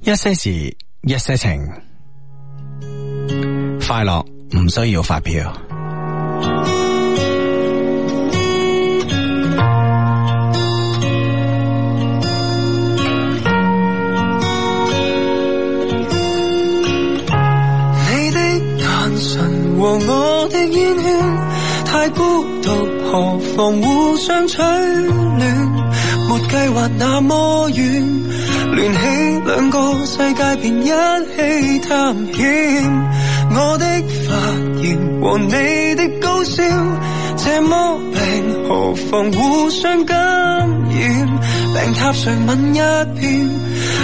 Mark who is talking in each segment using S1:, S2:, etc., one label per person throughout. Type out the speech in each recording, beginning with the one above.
S1: 一些事，一些情，快樂唔需要發表。
S2: 你的眼神和我的煙圈，太孤獨，何妨互相取暖？沒計劃那麼遠，聯起兩個世界便一起探險。我的發言和你的高燒，這麼病何妨互相感染？病榻上吻一遍，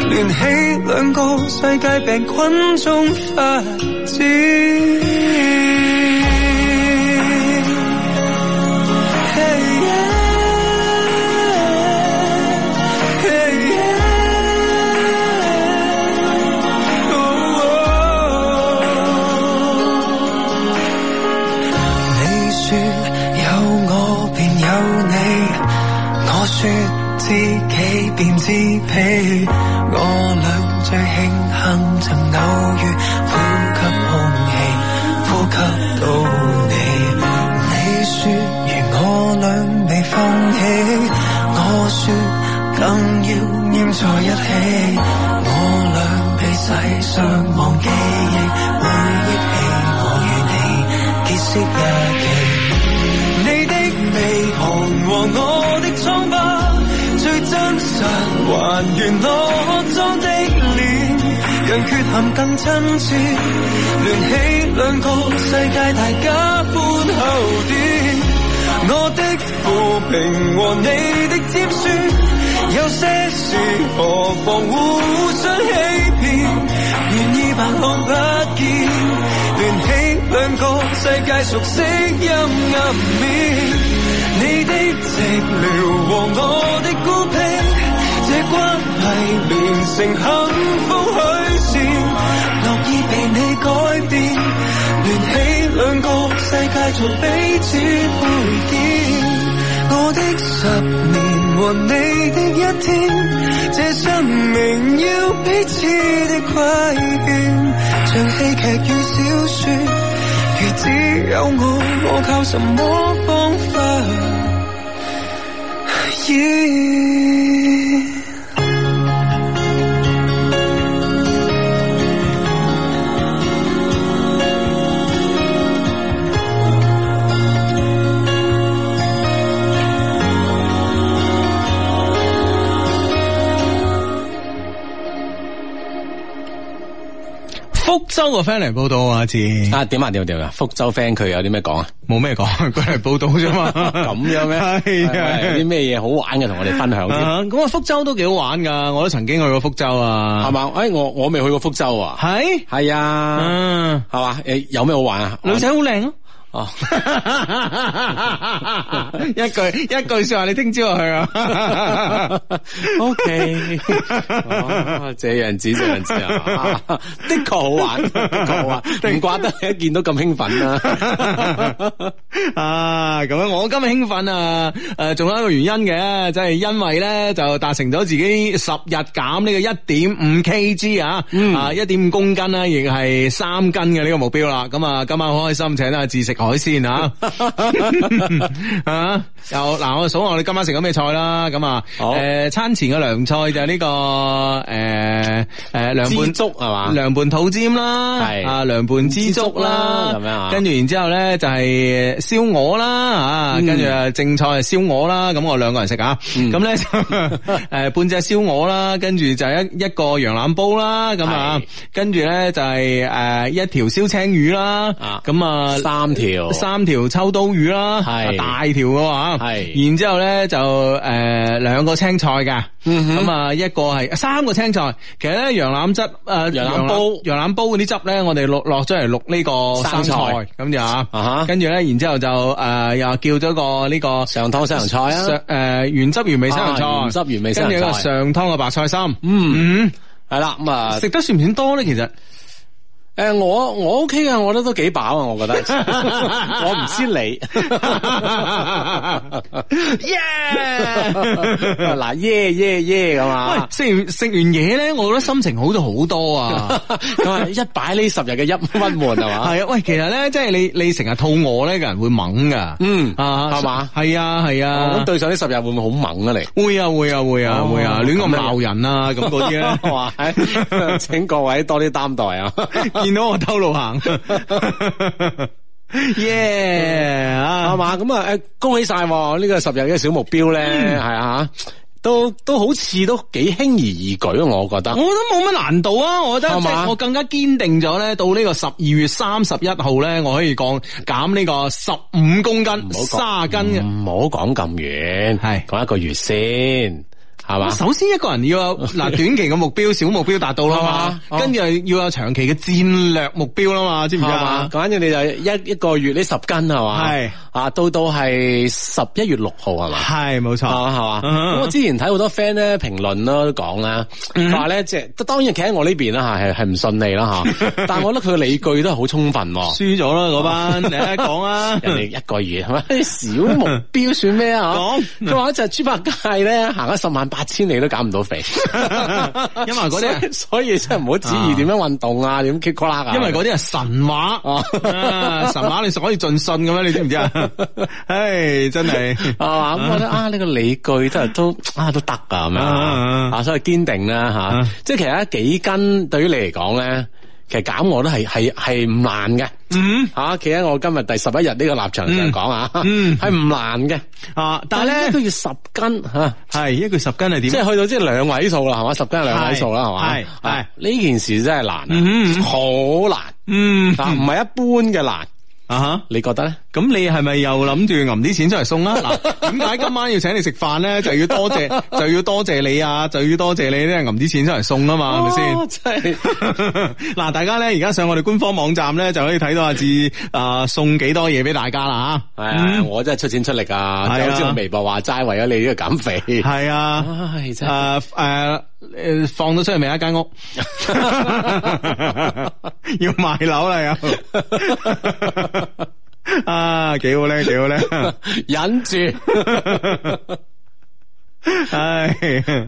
S2: 聯起兩個世界病菌中發展。Hey yeah, hey yeah, oh, oh. 你說有我便有你，我說自己便知彼，我倆最慶幸曾偶遇，呼吸空氣，呼吸到你。你說如我倆未放棄，我說更要黏在一起。我倆被世上忘記憶，會憶起我與你結識日期。你的鼻鼾和我的瘡疤，最真實還原裸妝的臉，讓缺陷更親切，聯起兩個世界，大家歡後點。我的負評和你的尖酸，有些事何妨互相欺騙，願意扮看不見，聯起兩個世界熟悉陰暗面。你的寂寥和我的孤僻，這關係連成幸福虛線，樂意被你改變，聯起兩個世界做彼此配件。我的十年和你的一天，這生命要彼此的虧欠，像戲劇與小說，如只有我，我靠什麼方法演？
S1: 福州個 friend 嚟報道啊，字
S3: 啊，點啊點啊點啊！福州 friend 佢有啲咩講啊？
S1: 冇咩講， 佢嚟報道啫嘛。
S3: 咁樣 咩？
S1: 係啊
S3: 有啲咩嘢好玩嘅同我哋分享先，
S1: 啊咁啊，福州都幾好玩噶，我都曾經去過福州啊。
S3: 係嘛？誒，我我未去過福州啊，
S1: 係
S3: 係啊，
S1: 嗯，
S3: 係嘛？誒，有咩好玩啊？
S1: 女仔好靚咯。
S3: 哦，
S1: 一句一句说話，你聽朝就去 啊。
S3: O K，哦，這樣子，這樣子啊，啊 的確好玩，的 確好玩，唔怪得你一見到咁興奮啦。
S1: 啊，咁樣我今日興奮啊！誒、仲有一個原因嘅，就係、因為咧就達成咗自己十日減呢個一點五 kg 啊，啊一點五公斤啦，亦係三斤嘅呢個目標啦。咁啊，今晚好開心，請阿志食海鮮啊！ 啊，又嗱，我數下我哋今晚食咗咩菜啦。咁啊，誒、
S3: 好
S1: 餐前嘅涼菜就係呢、個誒誒涼
S3: 知
S1: 拌
S3: 足係嘛？
S1: 涼拌肚尖啦，
S3: 係
S1: 啊涼拌枝竹啦，
S3: 咁樣啊
S1: 跟住然之後咧就係燒鵝啦，啊，
S3: 嗯
S1: 跟住啊正菜係燒鵝啦，咁我兩個人食啊，咁咧 就誒半隻燒鵝啦，跟住就一一個羊腩煲啦，咁啊
S3: 係，
S1: 跟住咧就係誒一條燒青魚啦
S3: 啊，
S1: 咁啊
S3: 三條，
S1: 三條秋刀魚啦，啊
S3: 係
S1: 大條嘅話，
S3: 係
S1: 然之後咧就誒兩個青菜嘅，
S3: 嗯哼
S1: 咁啊一個係三個青菜。其實咧羊腩汁誒
S3: 羊腩煲
S1: 羊腩煲嗰啲汁咧，我哋落落咗嚟淥呢個生
S3: 生菜
S1: 菜咁就啊
S3: 啊哈，
S1: 跟住咧，然之後就誒又叫咗個呢個
S3: 上湯西洋菜啊，
S1: 上誒原汁原味西洋菜，
S3: 啊原汁原味西洋菜
S1: 跟住一個上湯嘅白菜心。
S3: 嗯，
S1: 嗯，
S3: 係啦，咁啊，
S1: 食得算唔算多咧？其實
S3: 诶、呃我我 OK 啊，我覺得都幾飽啊，我 覺得。我唔知你。
S1: Yeah！
S3: 嗱耶耶耶咁
S1: 喂
S3: 啊，！
S1: 食完食完嘢咧，我覺得心情好咗好多 啊！
S3: 咁啊，一擺呢十日嘅一鬱悶係嘛？
S1: 係啊，喂，其實咧，即係你你成日肚餓咧，個人會猛噶，
S3: 嗯
S1: 啊，
S3: 係嘛
S1: 係啊，係
S3: 哦咁
S1: 啊，
S3: 對上呢十日會唔會好猛啊？你？
S1: 會啊，會啊，會啊，
S3: 哦
S1: 會啊，亂咁
S3: 咁樣。
S1: 鬧人啊，咁嗰啲咧
S3: 哦哇！係請各位多啲擔待 啊！
S1: 見到我偷路 行。耶
S3: 嗯係
S1: 啊！
S3: 嘛？咁啊，誒，恭喜晒喎！呢個十日嘅小目標
S1: 嗯
S3: 咧，係啊，都都好似都幾輕而易舉啊，我覺得
S1: 我。覺得冇乜難度啊！我覺得
S3: 係
S1: 即
S3: 嘛
S1: 係我更加堅定咗咧，到呢個十二月三十一號咧，我可以降減呢個十五公斤、
S3: 唔好
S1: 卅
S3: 講嗯
S1: 斤嘅。
S3: 唔好講咁遠，
S1: 係
S3: 講一個月先，係嘛？
S1: 首先一個人 要有嗱短期嘅目標、小目標達到啦嘛，
S3: 係嘛
S1: 跟住又要有長期嘅戰略目標啦嘛，知唔
S3: 係
S1: 知
S3: 嘛
S1: 啊？？
S3: 反正你就一一個月呢十斤係嘛？
S1: 係
S3: 啊，到到係十一月六號係嘛？
S1: 係冇錯，
S3: 啊，係
S1: 嗯
S3: 嘛？咁我之前睇好多 friend 咧評論啦，都講啦，
S1: 嗯
S3: 話咧即係當然企喺我呢邊啦嚇，係係唔順利啦嚇， 但係我覺得佢嘅理據都係好充分喎。
S1: 輸咗啦嗰 班，你一講啊，
S3: 人哋一個月係咪小目標算咩 啊？
S1: 講
S3: 佢話就係豬八戒咧行咗十萬八千里都減唔到肥，
S1: 因為嗰啲係
S3: 所以所以真係唔好指意點樣運動啊，點 kick 啦啊
S1: 因為嗰啲係神話，啊神話你可以盡信咁樣，你知唔 知啊？唉，真係。
S3: 係嘛？咁我覺得啊，呢個理據真係都啊都得啊咁樣
S1: 啊
S3: 啊，所以堅定啦
S1: 啊
S3: 嚇。即係其實幾斤對於你嚟講咧，其實減我都係係係唔難嘅。
S1: 嗯
S3: 嚇，企喺我今日第十一日呢個立場上講啊，
S1: 嗯
S3: 係唔難嘅。
S1: 啊，但
S3: 但係呢
S1: 係
S3: 一個
S1: 咧，
S3: 月十斤嚇。
S1: 係一句十斤係點？
S3: 即係去到即係兩位數啦，係嘛？十斤係兩位數啦，
S1: 係
S3: 係嘛？
S1: 係
S3: 啊
S1: 係
S3: 呢件事真係難
S1: 嗯嗯
S3: 啊，好難
S1: 嗯
S3: 啊，唔係一般嘅難，
S1: 啊哈，
S3: 你覺得咧？
S1: 咁你係咪又諗住揞啲錢出嚟送 啦？嗱，點解今晚要請你食飯咧？就要多 謝，就要多謝你啊，就要多謝你咧，揞啲錢出嚟送啊嘛，係咪先？
S3: 咪哦先？真係
S1: 嗱，大家咧而家上我哋官方網站咧，就可以睇到阿志啊送幾多嘢俾大家啦吓。
S3: 係啊，我真係出錢出力啊！
S1: 嗯係啊
S3: 好似我微博話齋，為咗你呢個減肥，
S1: 係啊。
S3: 唉，真係
S1: 诶诶诶，放咗出去未？一間 屋要賣樓 啦又。啊，幾好咧，幾 好咧！
S3: 忍住。
S1: 唉，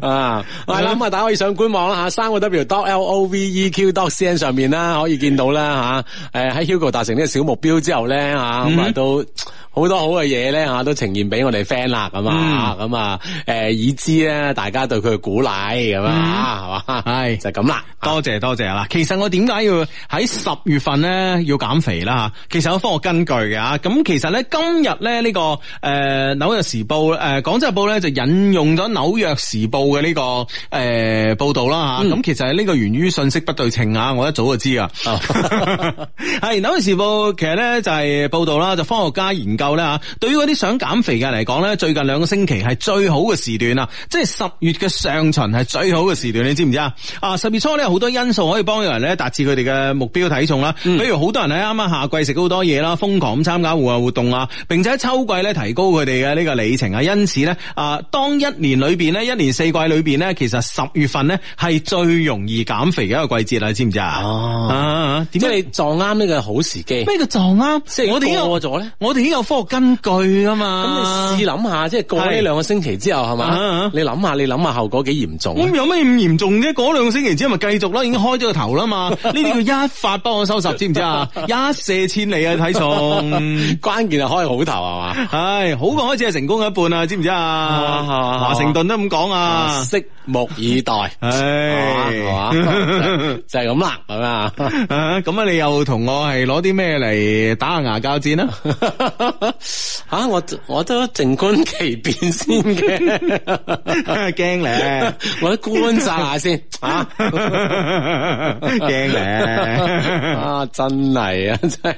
S3: 啊，
S1: 嗯
S3: 係啦，咁啊，大家可以上官網啦吓，三個 W dot L O V E Q dot C N 上面啦，可以見到啦吓。诶、喺 Hugo 達成呢個小目標之後咧吓，咁啊
S1: 嗯
S3: 都好多好嘅嘢咧吓，都呈現俾我哋 friend 啦，咁啊，
S1: 嗯
S3: 咁啊，诶，已知咧大家對佢嘅鼓勵咁啊，係嘛，
S1: 嗯係
S3: 就咁啦。
S1: 多謝多謝啊啦。其實我點解要喺十月份咧要減肥啦吓？其實有科學根據嘅吓。咁其實咧今日咧呢個诶紐約時報诶廣州日報咧就引用咗紐約時報嘅呢個诶報道啦吓。咁其實呢個源於信息不對稱啊，我一早就知啊。 係《紐約時報》其實咧就係報道啦，就科學家研究咧吓，對於嗰啲想減肥嘅人嚟講咧，最近兩個星期係最好嘅時段啊，即係十月嘅上旬係最好嘅時段，你知唔知啊？啊，十月初咧有好多因素可以幫人咧達至佢哋嘅目標體重啦，
S3: 嗯
S1: 比如好多人喺啱啱夏季食好多嘢啦，瘋狂咁參加戶外活動啊，並且喺秋季咧提高佢哋嘅呢個里程啊，因此咧啊，當一年裏邊咧，一年四季裏邊咧，其實十月份咧係最容易減肥嘅一個季節啦，你知唔知啊？
S3: 哦
S1: 啊，點
S3: 即
S1: 解
S3: 係你撞啱呢個好時機，
S1: 咩叫撞啱？
S3: 即係
S1: 我哋已經有
S3: 過咗咧。
S1: 我哋已經有科學根據噶嘛。
S3: 咁你試諗下，即係過呢
S1: 啊係
S3: 兩個星期之後係
S1: 啊
S3: 嘛
S1: 啊？嗯
S3: 你諗下，你諗下後果幾嚴重啊
S1: 咁？有咩咁嚴重啫？嗰兩個星期之後咪繼續啦，已經開咗個頭啦 嘛。呢啲叫一發幫我收拾，知唔知啊？一射千里啊，體 重。
S3: 關鍵係開好頭係嘛？
S1: 唉，好過開始係成功一半啊，知唔知啊？啊
S3: 係嘛係嘛係嘛
S1: 華盛頓都咁講啊。
S3: 拭目以待，啊
S1: 唉
S3: 係嘛 係嘛就係咁啦，咁啊，
S1: 啊 咁啊，你又同我係攞啲咩嚟打下牙交戰啊？
S3: 吓啊我我都靜觀其變先嘅，
S1: 驚 咧，
S3: 我都觀察下先，啊
S1: 驚 咧。
S3: 啊真係啊 真係，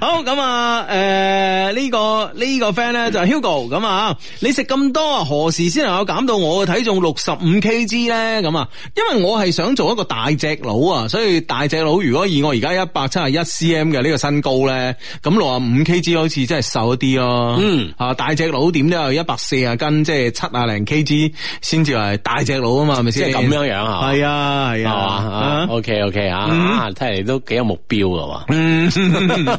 S1: 好咁啊，诶、呢、個呢、個 friend 咧就係 Hugo 咁啊，你食咁多啊，何時先能夠減到我嘅體重重六十五 kg 咧？咁啊，因為我係想做一個大隻佬啊，所以大隻佬如果以我而家一百七十一 cm 嘅呢個身高咧，咁六十五 kg 好似真係瘦一啲咯。
S3: 嗯
S1: 啊大隻佬點都有一百四啊斤，即係七啊零 kg 先至係大隻佬啊嘛，係咪
S3: 即
S1: 先？
S3: 係咁樣樣啊，
S1: 係啊係
S3: 係嘛
S1: 啊
S3: 啊。？OK OK 啊，睇嚟都幾有目標噶喎。
S1: 嗯， 呢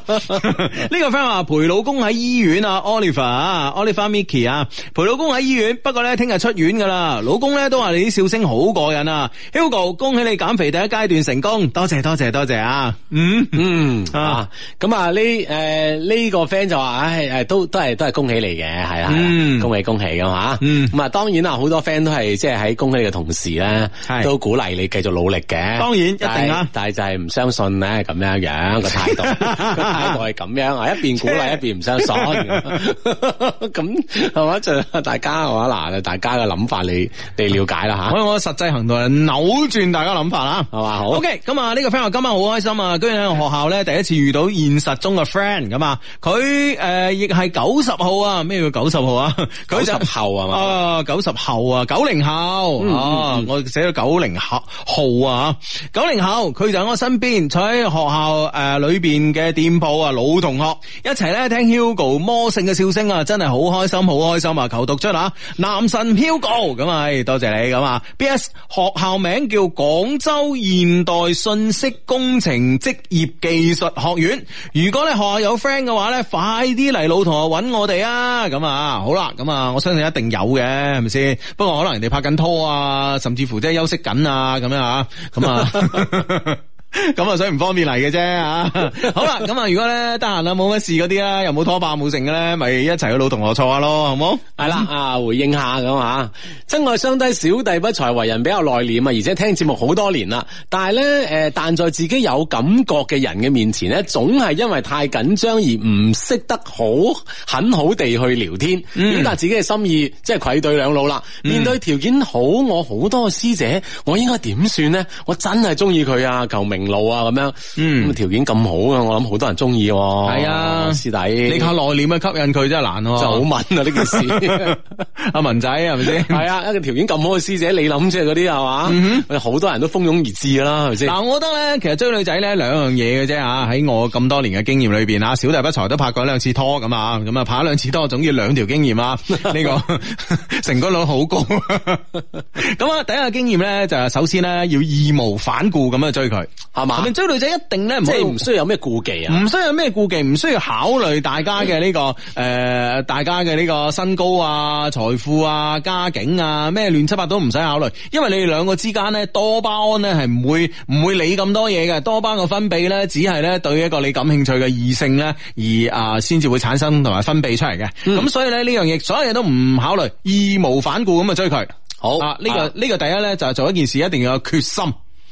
S1: 個 friend 話陪老公喺醫院啊，Oliver 啊，Oliver Mickey 啊，陪老公喺醫院，不過咧聽日出院噶啦。老公咧都話你啲笑聲好過癮啊，Hugo 恭喜你減肥第一階段成功，多謝多謝多謝啊。嗯，
S3: 嗯
S1: 啊
S3: 啊，咁啊呢誒呢個 friend 就話，唉誒都都係都係恭喜你嘅，係啦，
S1: 嗯
S3: 係啦恭喜恭喜咁嚇。
S1: 嗯
S3: 咁啊當然啦，好多 friend 都係即係喺恭喜你嘅同時咧
S1: 係，
S3: 都鼓勵你繼續努力嘅。
S1: 當然一定啊
S3: 但係但係就係唔相信咧咁樣樣 個態度，個態度係咁樣啊，一邊鼓勵一邊唔相信，咁係嘛就大家係嘛嗱，大家嘅諗法你你了解啦嚇，
S1: 我我實際行動嚟扭轉大家諗法啦。
S3: 係嘛好。
S1: O K，咁啊呢個 friend 話今晚好開心啊，居然喺學校咧第一次遇到現實中嘅 friend 咁啊，佢誒亦係九十號啊，咩叫九十號啊？佢就
S3: 九十後係嘛
S1: 啊，九十後啊，九零後啊，我寫咗九零後號啊，九零後佢就喺我身邊，坐喺學校誒裏邊嘅店鋪啊，老同學一齊咧聽 Hugo 魔性嘅笑聲啊，真係好開心，好開心啊！求讀出啊，男神 Hugo 咁啊，唉多謝你咁啊。B.S. 學校名叫廣州現代信息工程職業技術學院。如果咧學校有 friend 嘅話咧，快啲嚟老同學揾我哋啊！咁啊，好啦，咁啊，我相信一定有嘅，係咪先？不過可能人哋拍緊拖啊，甚至乎即係休息緊啊，咁樣 啊，咁啊。咁啊，所以唔方便嚟嘅啫吓。好啦，咁啊，如果咧得閒啦，冇乜事嗰啲啦，又冇拖把冇剩嘅咧，咪一齊去老同學坐下咯，好冇？
S3: 系啦，啊回應下咁啊，真愛相低，小弟不才，為人比較內斂啊，而且聽節目好多年啦。但係咧，誒、但在自己有感覺嘅人嘅面前咧，總係因為太緊張而唔識得好很好地去聊天，
S1: 嗯
S3: 表達自己嘅心意，即係愧對兩老啦。面對條件好我好多嘅師姐，我應該點算呢？我真係中意佢啊，求明路啊咁樣。
S1: 嗯
S3: 咁條件咁好嘅，我諗好多人中意喎。
S1: 係啊
S3: 師弟，
S1: 你靠內斂去吸引佢真係難
S3: 就好
S1: 喎、
S3: 敏啊呢 件事。
S1: 阿文仔係咪先？
S3: 系 啊，一個條件咁好嘅師姐，你諗啫嗰啲係嘛？我哋好多人都蜂擁而至啦，係咪
S1: 嗯
S3: 先？
S1: 嗱，我覺得咧，其實追女仔咧兩樣嘢嘅啫吓，喺我咁多年嘅經驗裏邊啊，小弟不才都拍過一兩次拖咁啊，咁啊拍一兩次拖，總之兩條經 驗啊，呢、個成功率好高。咁啊，第一個經驗咧就係首先咧要義無反顧咁去追佢，
S3: 係嘛
S1: 係咪追女仔一定咧唔
S3: 即
S1: 可以
S3: 係唔需要有咩顧忌啊？
S1: 唔需要有咩顧忌，唔需要考慮大家嘅呢、個誒、呃大家嘅呢個身高啊、財富啊、家境啊，咩亂七八糟唔使考慮，因為你哋兩個之間咧，多巴胺咧係唔會唔會理咁多嘢嘅，多巴胺嘅分泌咧，只係咧對一個你感興趣嘅異性咧，而啊先至會產生同埋分泌出嚟嘅。咁、所以咧呢樣嘢，所有嘢都唔考慮，義無反顧咁啊追佢。
S3: 好
S1: 啊，呢、
S3: 啊
S1: 個呢、個第一咧就係做一件事一定要有決心。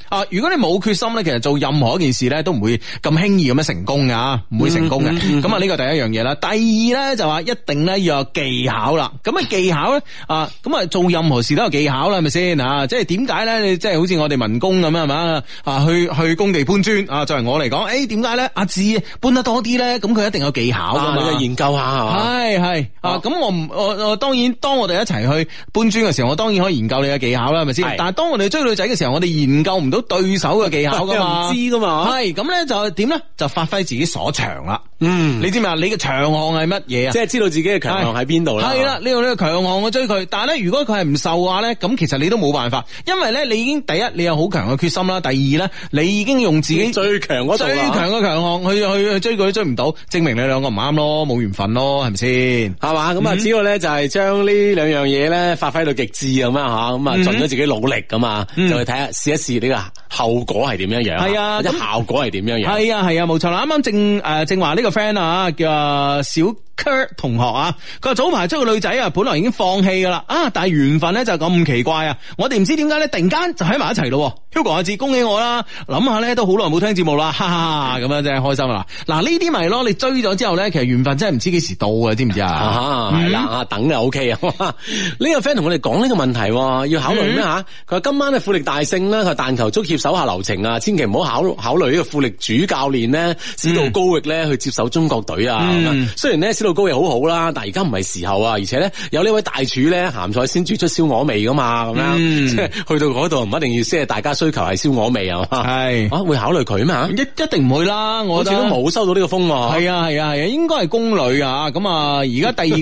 S1: 啊！如果你冇決心咧，其實做任何一件事咧都唔會咁輕易咁樣成功噶，唔會成功
S3: 嗯
S1: 嘅。咁啊、呢個第一樣嘢啦。第二咧就話一定咧要有技巧啦。咁啊技巧咧啊，咁啊做任何事都有技巧啦，係咪先啊？即係點解咧？你即係好似我哋民工咁樣係嘛啊？去去工地搬磚啊，作為我嚟講，誒點解咧？阿志搬得多啲咧，咁佢一定有技巧噶
S3: 啊
S1: 嘛。
S3: 你就研究下係嘛？
S1: 係係啊，咁我唔我我當然，當我哋一齊去搬磚嘅時候，我當然可以研究你嘅技巧啦，係咪先
S3: 係？
S1: 但係當我哋追女仔嘅時候，我哋研究唔到對手嘅技巧噶嘛，
S3: 又唔知㗎嘛
S1: 係咁咧就點咧？就發揮自己所長啦。
S3: 嗯，
S1: 你知唔知啊？你嘅長項係乜嘢啊
S3: 即？係知道自己嘅強項喺邊度啦。
S1: 係啦，，呢個呢個強項我追佢，但係咧，如果佢係唔受嘅話咧，咁其實你都冇辦法，因為咧你已經第一你有好強嘅決心啦，第二咧你已經用自己
S3: 最強嗰度啊
S1: 最
S3: 啦
S1: 強嘅強項去去去追佢都追唔到，證明你兩個唔啱咯，冇緣分咯，係咪先？
S3: 係嘛？咁啊，
S1: 嗯
S3: 只要咧就係將呢兩樣嘢咧發揮到極致咁樣吓，咁啊
S1: 嗯
S3: 盡咗自己努力咁啊，就去睇下試一試呢個後果係點樣樣，
S1: 係啊
S3: 或者
S1: 咁
S3: 效果係點樣樣。
S1: 係啊係啊，冇錯啦。啱啱正誒正話呢個 friend 啊，叫啊小 Kurt 同學啊，佢話早排追個女仔啊，本來已經放棄噶啦，啊，但係緣分咧就咁奇怪啊！我哋唔知點解咧，突然間就喺埋一齊咯喎。 ，Hugo 阿志，恭喜我啦！諗下咧都好耐冇聽節目啦， 哈哈哈咁樣真係開心啦！嗱，呢啲咪咯，你追咗之後咧，其實緣分真係唔知幾時到啊，知唔知啊？
S3: 啊，係啦，啊等就 O K 啊。哇呢個 friend 同我哋講呢個問題喎，要考慮
S1: 嗯
S3: 咩吓？佢話今晚嘅富力大勝啦，佢話但求足協手下留情啊，千祈唔好考考慮呢個富力主教練呢，史道高域咧去接手中國隊啊。咁
S1: 嗯
S3: 啊雖然呢，史道高域好好啦，但係而家唔係時候啊，而且咧有呢位大廚咧鹹菜先煮出燒鵝味噶嘛，咁
S1: 嗯
S3: 樣即係去到嗰度唔一定要即係大家需求係燒鵝味啊嘛。
S1: 係
S3: 啊，會考慮佢咩吓？
S1: 一一定唔會啦，我
S3: 好似
S1: 覺得
S3: 都冇收到呢個風喎。
S1: 係啊係啊係啊，應該係宮女啊！咁啊，而家第二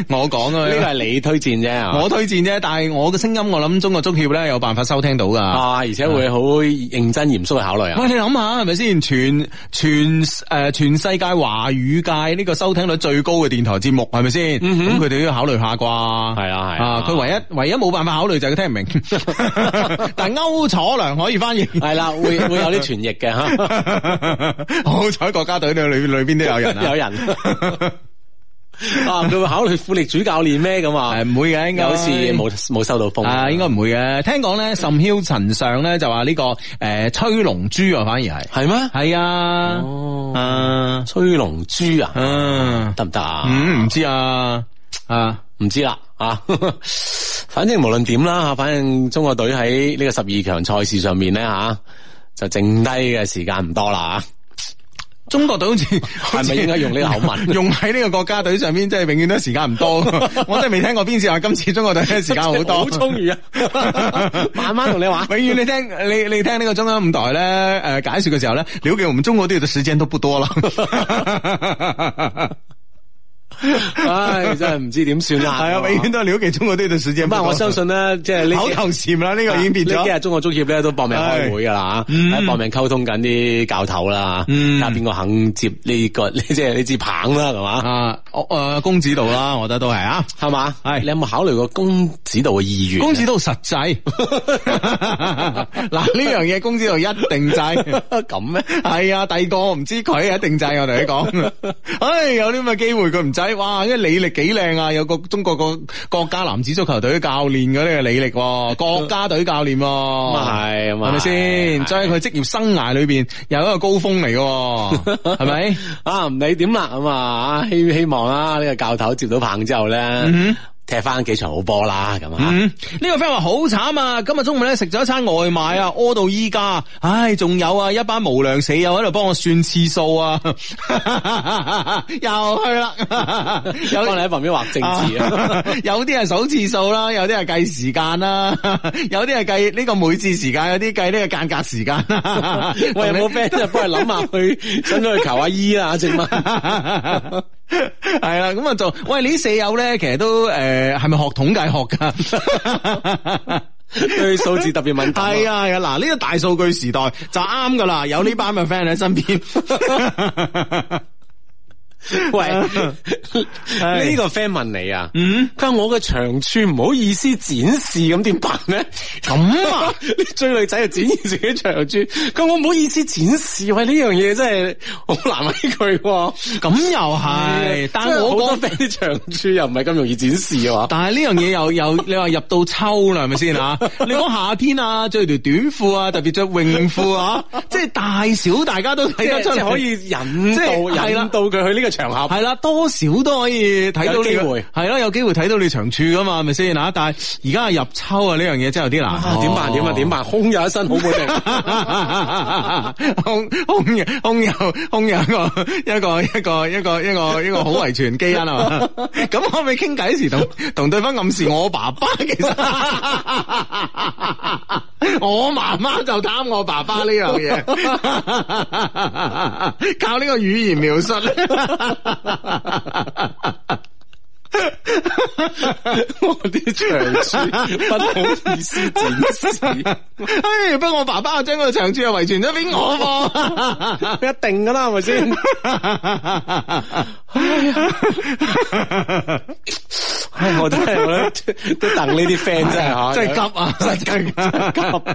S1: 個我講啊，
S3: 呢個係你推薦啫，係嘛
S1: 我推薦啫，但係我嘅聲音，我諗中國足協咧有辦法收聽到噶。
S3: 啊，而且會好認真嚴肅去考慮啊。
S1: 喂，你諗下係咪先？全全誒、呃全世界華語界呢個收聽率最高嘅電台節目係咪先？
S3: 嗯
S1: 咁佢哋都要考慮下啩。係
S3: 啊係啊
S1: 啊，佢唯一唯一冇辦法考慮就係佢聽唔明， 但係歐楚良可以翻譯。
S3: 係啦，會會有啲傳 譯嘅吓，
S1: 好彩國家隊裏裏邊都有人啊，
S3: 有人啊，佢會考慮副力主教練咩咁啊
S1: 係？唔會嘅，應該
S3: 有次冇冇收到風
S1: 啊，應該唔會嘅。聽講咧，甚囂塵上咧就話呢、個誒、呃吹龍珠啊，反而係
S3: 係咩？
S1: 係啊，
S3: 哦
S1: 啊
S3: 吹龍珠啊，
S1: 嗯
S3: 得唔得啊？
S1: 嗯，唔知啊啊。
S3: 唔知啦啊， 反正無論點啦吓，反正中國隊喺呢個十二強賽事上面咧吓，就剩低嘅時間唔多啦啊。
S1: 中國隊 好似係
S3: 咪應該用呢個口吻
S1: 用喺呢個國家隊上邊，真係永遠都時間唔多。 我真係未聽過邊次話今次中國隊嘅時間好多，
S3: 好充 裕啊！慢慢同你玩。
S1: 永遠你聽你你聽呢個中央五台咧，誒、解說嘅時候咧，了解我們中國隊嘅時間都不 多啦。
S3: 唉，真係唔知點算啦。
S1: 係啊，永遠都係了解中國隊嘅時間
S3: 咁
S1: 不
S3: 啊！
S1: 多。
S3: 我相信咧，即係呢啊
S1: 口頭禪啦，呢、個已經變
S3: 呢幾
S1: 咗。
S3: 日中國足協咧都搏命開會噶啦，啊
S1: 嗯
S3: 喺搏命溝通緊啲教頭啦，
S1: 嗯
S3: 睇下邊個肯接呢個呢即係呢支棒啦，係嘛？
S1: 啊，我誒公子道啦，我覺得都係啊。
S3: 係嘛？
S1: 係
S3: 你有冇考慮過公指導嘅意願？ 啊
S1: 公子道實際， 嗱呢樣嘢公子道一定制，
S3: 咁咩？
S1: 係啊，第二個我唔知佢一定制，我同你講， 唉，有啲咁嘅機會佢唔制，哇，因為履歷幾靚啊，有個中國個國家男子足球隊教練嘅呢個履歷喎，國家隊教練喎，咁
S3: 咁啊係咁啊
S1: 哦係咪先？
S3: 係
S1: 所以佢職業生涯裏邊又一個高峰嚟嘅喎， 係咪？
S3: 啊，唔理點啦，咁啊，希希望啦，呢個教頭接到棒之後咧，踢翻幾場好波啦，咁啊。
S1: 嗯，呢個 friend 話好慘啊！今日中午咧食咗一餐外賣啊，屙到依家，唉，仲有啊，一班無良死友喺度幫我算次數啊， 又去啦， 有
S3: 幫你喺旁邊畫政治啊！
S1: 有啲係數次數啦，有啲係計時間啦， 有啲係計呢個每次時間，有啲計呢個間隔時間啦。
S3: 喂，有冇 friend 就幫你諗 下去，想唔想去求下醫啦？正 嘛？
S1: 係啦，咁啊就喂，你啲舍友咧，其實都誒係咪學統計學 噶？
S3: 對數字特別敏 感。
S1: 係啊係啊，嗱呢個大數據時代就啱噶啦，有呢班嘅 friend 喺身 邊。
S3: 喂，呢個 friend 問你啊，
S1: 嗯，
S3: 佢話我嘅長處唔好意思展示，咁點辦咧？
S1: 咁 啊，
S3: 你追女仔就展現自己長處，佢話我唔好意思展示，喂呢樣嘢真係好難為佢喎。
S1: 咁又係，但係
S3: 啊好
S1: 我
S3: 多
S1: 覺
S3: friend 啲長處又唔係咁容易展示啊嘛。
S1: 但係呢樣嘢又又你話入到秋啦，係咪先 啊？你講夏天啊，着條短褲啊，特別着泳褲 啊，即係大小大家都睇得
S3: 即
S1: 出
S3: 係
S1: 嚟，
S3: 可以引
S1: 即
S3: 導
S1: 係係啦
S3: 引導佢去呢個場合。
S1: 係啦，多少都可以睇到
S3: 有
S1: 你
S3: 機
S1: 個
S3: 會
S1: 係咯，有機會睇到你長處噶嘛，係咪先啊？但係而家係入秋啊，呢樣嘢真係有啲
S3: 啊
S1: 難。
S3: 點辦？點啊？點辦？空有一身好本領。
S1: 空空有空有空有一個一個一個一個一個一個好遺傳基因啊嘛，咁可唔可以傾偈時同同對方暗示我爸爸其實我媽媽就貪我爸爸呢樣嘢，靠呢個語言描述咧。
S3: 我啲 長處不好意思展示，
S1: 唉，不過我爸爸將個長處又遺傳咗俾我喎。
S3: 一定噶啦，係咪先？ 唉，我真係我咧 都 啊
S1: 啊
S3: 等呢啲 friend 真係嚇，
S1: 真係急啊！真係急，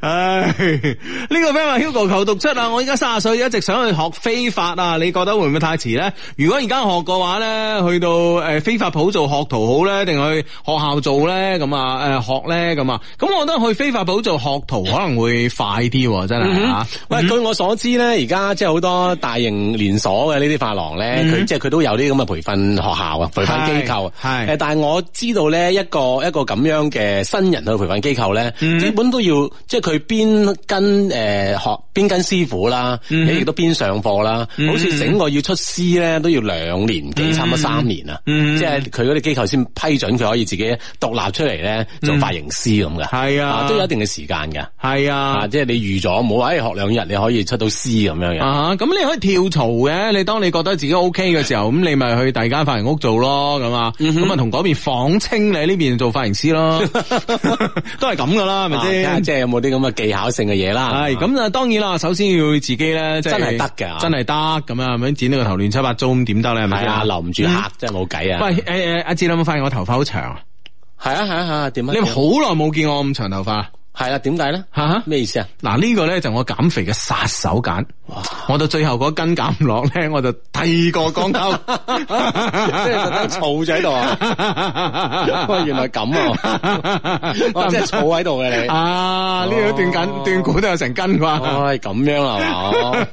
S1: 唉，呢、個 friend 話 Hugo 求讀出啊！我而家卅歲，一直想去學非法啊！你覺得會唔會太遲咧？如果而家學嘅話咧，去到诶非法鋪做學徒好咧，定去學校做咧？咁啊诶學咧咁啊？咁我覺得去非法鋪做學徒可能會快啲喎，真係啊
S3: 嗯
S1: 吓
S3: 哼。喂，據我所知咧，而家即係好多大型連鎖嘅呢啲髮廊咧，
S1: 嗯
S3: 佢即係佢都有啲咁嘅培訓學校啊，培訓機構啊。
S1: 係係
S3: 誒但係我知道咧，一個一個咁樣嘅新人去培訓機構咧，
S1: 嗯
S3: 基本都要即係佢邊跟誒學邊跟師傅啦，
S1: 嗯
S3: 你亦都邊上課啦。好似整個要出師咧，都要兩年幾，差唔多三年啊。
S1: 嗯
S3: 即係佢嗰啲機構先批准佢可以自己獨立出嚟咧做髮型師咁嘅。
S1: 嗯係啊
S3: 都有一定嘅時間㗎。
S1: 係
S3: 啊，
S1: 啊。
S3: 即係你預咗，唔好話誒學兩日你可以出到師咁樣嘅。
S1: 啊，咁你可以跳槽嘅，你當你覺得自己 O K 嘅時候，咁你咪去第二間髮型屋做咯，咁啊，咁啊同嗰邊仿清你呢邊做髮型師咯， 都係咁噶啦，係咪
S3: 啊睇下
S1: 先？
S3: 即係有冇啲咁嘅技巧性嘅嘢啦。
S1: 系咁啊，當然啦，首先要自己咧，即係
S3: 真係得㗎
S1: 真係得咁啊，咁樣剪到個頭亂七八糟咁點得咧？係咪
S3: 係
S1: 先
S3: 啊，留唔住客真係冇計啊。
S1: 喂，诶诶，阿志，你有冇發現我頭髮好長啊？
S3: 係啊係啊係啊，點啊？
S1: 你有冇好耐冇見我咁長頭髮啊
S3: 係啦，點解咧？
S1: 吓吓？
S3: 咩意 思啊？
S1: 嗱，呢個咧就我減肥嘅殺手鐧。我到最後嗰根減唔落 咧，我就剃過光頭，啊
S3: 即係特登 儲咗喺度啊！喂，原來咁啊！ 我真係儲喺度嘅你。
S1: 啊，呢度斷
S3: 哦
S1: 緊斷股都有成根 啩。
S3: 唉，咁樣啦嘛。哦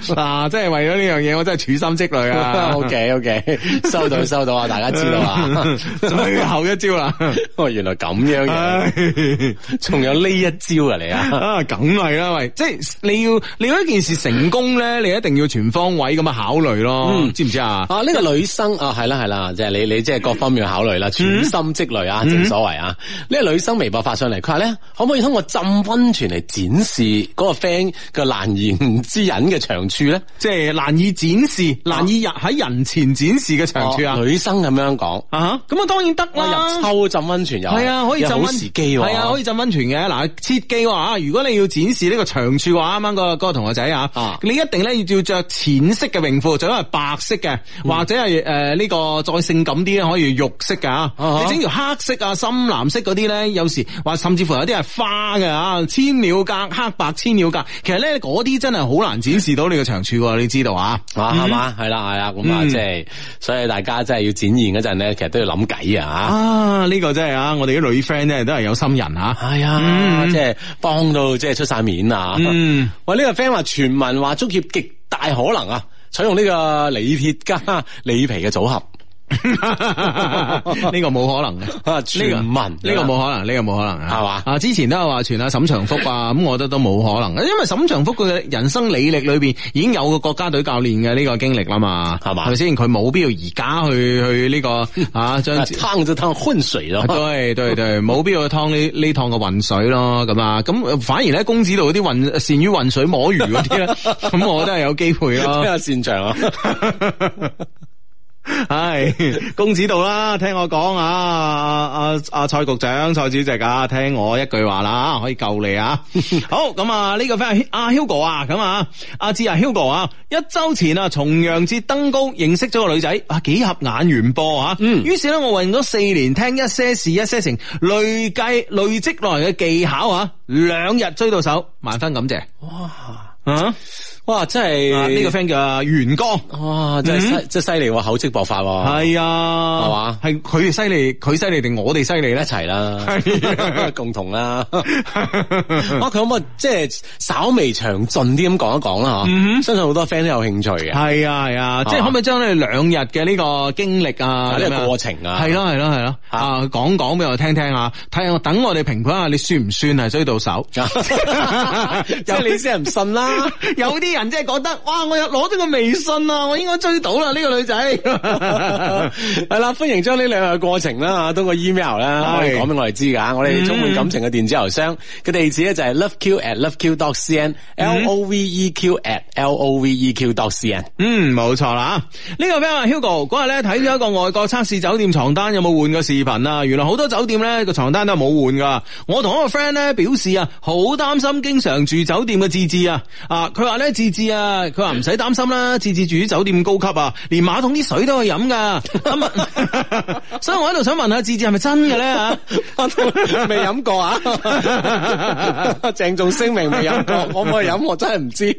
S1: 嗱，即係為咗呢樣嘢，啊我真係處心積慮 啊。
S3: O K O K，收到收到啊！大家知道 啊。
S1: 最後一招啦。
S3: 喂，原來咁樣嘅，
S1: 唉
S3: 仲有呢一招啊你啊！
S1: 啊，梗係啦，喂，即係你要你要一件事成功咧，你一定要全方位咁樣考慮咯，
S3: 嗯
S1: 知唔知啊？
S3: 啊，呢、個女生啊，係啦係啦，即係你你即係各方面考
S1: 嗯
S3: 慮啦，全心積慮啊，正所謂啊。呢、個女生微博發上嚟，佢話咧，可唔可以通過浸温泉嚟展示嗰個 friend 嘅難言之隱嘅長處咧？
S1: 即係難以展示，難以人喺人前展示嘅長處啊
S3: 哦！女生咁樣講。
S1: 啊咁啊當然得
S3: 我入
S1: 啦。
S3: 秋浸温泉又
S1: 係啊，可以
S3: 又
S1: 浸
S3: 好
S1: 温
S3: 時機喎，
S1: 係啊，可以浸温泉嘅。嗱，切記話啊，如果你要展示呢個長處嘅話，啱啱嗰個嗰個同學仔啊
S3: 啊，
S1: 你一定咧要着淺色嘅泳褲，最好係白色嘅，
S3: 嗯
S1: 或者係誒呢個再性感啲咧，可以肉色嘅啊。
S3: 啊哈
S1: 你整條黑色啊、深藍色嗰啲咧，有時或甚至乎有啲係花嘅啊，千鳥格、黑白千鳥格，其實咧嗰啲真係好難展示到你嘅長處喎，你知道啊？
S3: 啊，係嘛，係啦，係啦，咁啊，
S1: 嗯
S3: 即係，所以大家真係要展現嗰陣咧，其實都要諗計啊，
S1: 啊，呢、個真係啊，我哋啲女 friend 咧都係有心人 啊。
S3: 係啊，即係幫到即係出晒面啊！
S1: 嗯，
S3: 喂，呢、個 friend 話傳聞話足協極大可能啊，採用呢個李鐵加 李皮嘅組合。
S1: 呢個冇可能嘅。
S3: 啊，
S1: 呢、
S3: 傳
S1: 個
S3: 聞
S1: 呢個冇可能，呢、個冇可能啊，
S3: 係嘛
S1: 啊，之前都有話傳阿沈長福啊， 咁我覺得都冇可能，啊因為沈長福佢嘅人生履歷裏邊已經有個國家隊教練嘅呢個經歷啦嘛，
S3: 係嘛
S1: 係咪先？佢冇必要而家去去呢、個啊 將
S3: 啊
S1: 自
S3: 湯就湯昏水 咯。
S1: 對對對，冇必要去趟呢呢趟嘅渾水咯，咁啊，咁反而咧公子道嗰啲混善於混水摸魚嗰啲咧，咁我覺得係有機會
S3: 比
S1: 咯。
S3: 較擅長啊，
S1: 嗯 系公子道啦，聽我講啊，阿阿蔡局長、蔡主席啊，聽我一句話啦，可以救你啊！ 好咁啊，呢、個 friend 阿 Hugo 啊，咁啊，阿志啊 Hugo 啊，一周前啊，重陽節登高認識咗個女仔啊，幾合眼緣噃啊，嗯，於是咧我運咗四年聽一些事一些情，累計累積落嚟嘅技巧啊，兩日追到手，萬分感謝。哇！啊，
S3: 哇，真係
S1: 啊呢、個 friend 叫袁剛。
S3: 哇，啊真係犀真係犀利喎，口積薄發喎，
S1: 系啊，
S3: 係嘛
S1: 系佢犀利，佢犀利定我哋犀利
S3: 一
S1: 咧？
S3: 齊啦
S1: 係，
S3: 共同啦。啊，佢可唔可以即係稍微詳盡啲咁講一講啦？
S1: 嗯
S3: 嗬，相信好多 friend 都有興趣嘅。
S1: 系啊系啊，即系可唔可以將你兩日嘅呢個經歷啊，
S3: 啊呢個
S1: 咁樣
S3: 過程啊
S1: 係咯係咯係咯，
S3: 啊？
S1: 啊講講俾我聽聽啊，睇下我等我哋評判下你算唔算係追到手
S3: 即係你先係唔信啦。
S1: 有啲人真係覺得，哇！我又攞咗個微信
S3: 啊
S1: 啦，我應該追到啦呢個女 仔。
S3: 系啦，歡迎將呢兩個過程啦，通過 email 啦，
S1: 係
S3: 可以講俾我哋知㗎。我哋充滿感情嘅電子郵箱嘅地址咧就係 loveq at loveq dot cn，l o v e q at l o v e q dot cn。
S1: 嗯，冇錯啦。呢、個 friend 話 Hugo 嗰日咧睇咗一個外國測試酒店床單有冇換嘅視頻啊，原來好多酒店咧個床單都係冇換噶。我同一個 friend 咧表示啊，好擔心經常住酒店嘅志志啊，啊佢話咧志志志啊，佢話唔使擔心啦，志志住啲酒店高級啊，連馬桶啲水都可以飲噶。咁啊 所以我喺度想問下志志係咪真嘅 啊咧吓？
S3: 未飲過 啊！鄭重聲明未飲 過，可唔可以飲？我真係唔 知。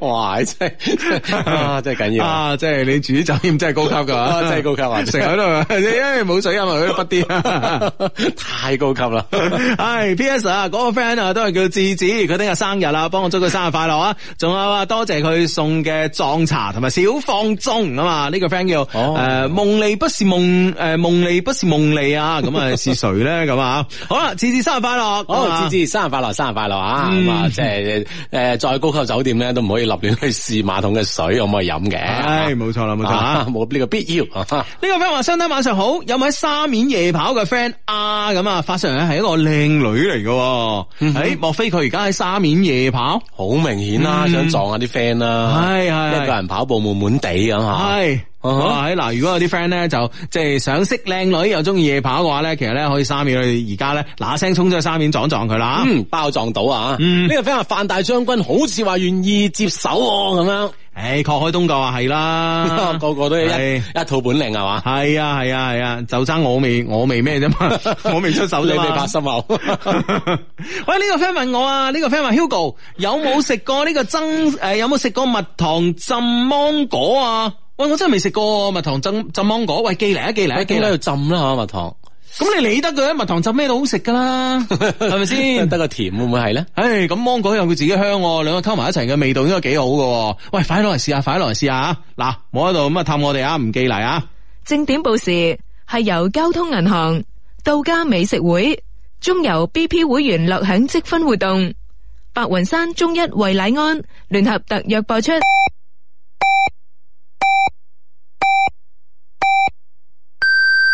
S3: 哇！真係啊，真係緊要啊！
S1: 啊！即係你住啲酒店真係高級噶，
S3: 啊真係高級啊
S1: 成日喺度， 因為冇水飲啊，佢都不啲。
S3: 太高級 啦！
S1: 唉，P.S. 啊，嗰個 friend 啊都係叫智子，佢聽日生日啦，幫我祝佢生日快樂啊！仲有啊，多謝佢送嘅撞茶同埋小放縱啊嘛，呢個 friend 叫
S3: 哦
S1: 誒夢裏不是夢誒夢裏不是夢裏啊，咁啊是誰咧咁啊？ 好啦，智子生日快樂！啊
S3: 好，芝芝生日快樂，生日快樂啊！咁啊，即係誒，再高級酒店咧，都唔可以立亂去試馬桶嘅水可唔可以飲嘅。
S1: 唉，冇錯啦，冇錯啊！
S3: 啊，冇呢個必要。啊
S1: 呢個 friend 話：相低晚上好，有冇喺沙面夜跑嘅 friend 啊？咁啊，發上嚟係一個靚女嚟嘅喎，誒、莫非佢而家喺沙面夜跑？
S3: 好明顯啦，想撞下啲 friend 啦，
S1: 係係係
S3: 一個人跑步悶悶地咁吓。
S1: 係。
S3: 啊哈
S1: 好啊喺嗱，如果有啲 friend 咧就即係想識靚女又中意夜跑嘅話咧，其實咧可以沙面去而家咧嗱嗱聲衝咗去沙面撞一撞佢啦。
S3: 嗯，包撞到啊！呢、
S1: 嗯
S3: 個 friend 話范大將軍好似話願意接手喎咁樣，
S1: 誒，確開東國啊，係啦，
S3: 個個都一
S1: 係
S3: 一套本領係嘛？
S1: 係啊係啊係啊，就爭我未我未咩啫嘛，我未出手
S3: 你
S1: 啫嘛。
S3: 哋拍心 口，
S1: 喂，呢、個 friend 問我啊，呢、個 friend 話 Hugo 有冇食過呢個蒸誒、有冇食過蜜糖浸芒果啊？喂，我真係未食過蜜糖浸浸芒果。喂，寄嚟啊，寄嚟啊，
S3: 喺
S1: 寄
S3: 京
S1: 嚟
S3: 喺度
S1: 啊！
S3: 浸啦嚇蜜 糖，
S1: 咁你理得佢啊？蜜糖浸咩都好食噶啦，係咪先
S3: 得？個甜會唔會係咧？
S1: 唉，咁芒果有佢自己香喎，兩個溝埋一齊嘅味道應該幾好噶喎。喂，快啲攞嚟試下，快啲攞嚟試下啊！嗱，冇喺度咁啊，氹我哋啊，唔寄嚟啊！
S4: 正點報時係由交通銀行、道家美食會、中油 BP 會員樂享積分活動、白雲山中一維乃安聯合特約播出。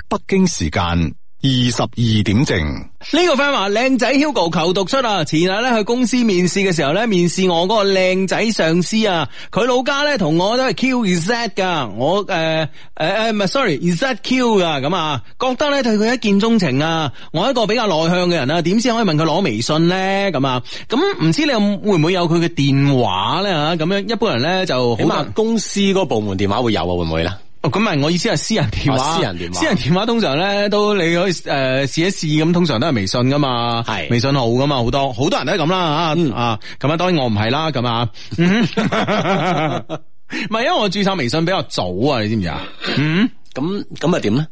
S5: 北京時間二十二點正。
S1: 呢個 friend 話靚仔 Hugo 求讀出啊！前日咧去公司面試嘅時候咧，面試我嗰個靚仔上司啊，佢老家咧同我都係 QZ 噶，我誒誒誒唔係 sorry，ZQ 噶咁啊，覺得咧對佢一見鍾情啊，我係一個比較內向嘅人啊，點先可以問佢攞微信咧咁啊？咁唔知你有會唔會有佢嘅電話咧啊吓？咁樣一般人咧就好
S3: 起
S1: 難
S3: 碼公司嗰個部門電話會有啊，會唔會咧？
S1: 哦，咁唔係我意思係私人電話，
S3: 哦私人電話
S1: 私人電話通常咧都你可以誒、呃、試一試咁，通常都係微信噶嘛，
S3: 係嗯
S1: 微信號噶嘛，好多好多人都係咁啦嚇啊，咁啊當然我唔係啦，咁 啊，嗯唔係因為我註冊微信比較早啊，你知唔知啊？嗯，
S3: 咁咁啊點咧？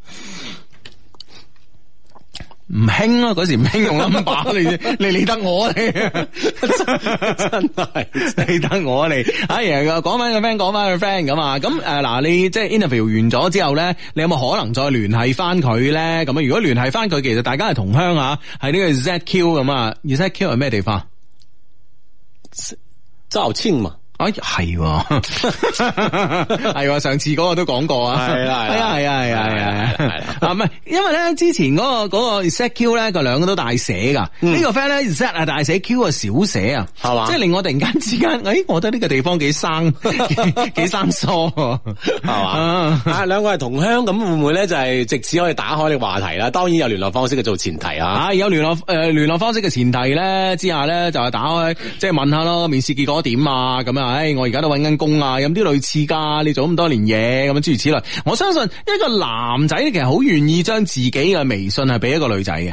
S1: 唔興咯，嗰時唔興用 number，你你理得我啊你，
S3: 真係
S1: 你得我啊你，哎呀，講翻個 friend，講翻個 friend 咁啊，咁誒嗱，你即係 interview 完咗之後咧，你有冇可能再聯繫翻佢咧？咁啊，如果聯繫翻佢，其實大家係同鄉啊，係呢個 ZQ 咁啊，ZQ 係咩地方？
S3: 周青嘛。
S1: 哎，係喎， 係喎，上次嗰個都講過啊，
S3: 係啦
S1: 係啊，係啊，係啊，係啊，
S3: 係啦係
S1: 啊，唔係，因為咧之前嗰個嗰個 ZQ 咧，佢兩個都大寫噶，呢個 friend 咧 Z 啊大寫，Q 啊小寫啊，
S3: 嗯係嘛
S1: 即係令我突然間之間，誒，我覺得呢個地方幾生 幾幾生疏喎，
S3: 系嘛
S1: 啊？
S3: 啊，兩個係同鄉，咁會唔會咧就係直至可以打開呢個話題啦？當然有聯絡方式嘅做前提啊。
S1: 啊，有聯絡誒聯絡方式嘅前提咧之下咧，就係打開即係問下咯，面試結果點啊咁啊，唉、我而家都揾緊工啊，有冇啲類似㗎？你做咁多年嘢咁啊，諸如此類。我相信一個男仔其實好願意將自己嘅微信係俾一個女仔嘅。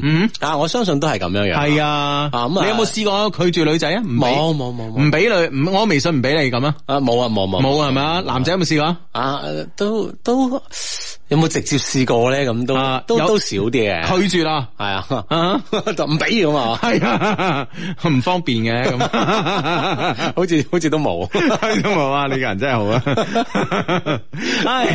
S1: 嗯，
S3: 哼，啊，我相信都係咁樣樣。
S1: 係啊，
S3: 啊咁啊
S1: 你有冇試過拒絕女仔啊？唔俾
S3: 冇，冇冇冇
S1: 唔俾女，唔我微信唔俾你咁啊？
S3: 啊，冇啊冇冇
S1: 冇係咪啊？男仔有冇試過啊？
S3: 啊，都都有冇直接試過咧？咁都
S1: 啊
S3: 都
S1: 有
S3: 都少啲嘅，
S1: 拒絕啊！
S3: 係啊，
S1: 啊，
S3: 就唔俾 咁啊，
S1: 係啊，唔方便嘅咁。
S3: 好似好似都冇。
S1: 都冇啊！你個人真係好啊！唉，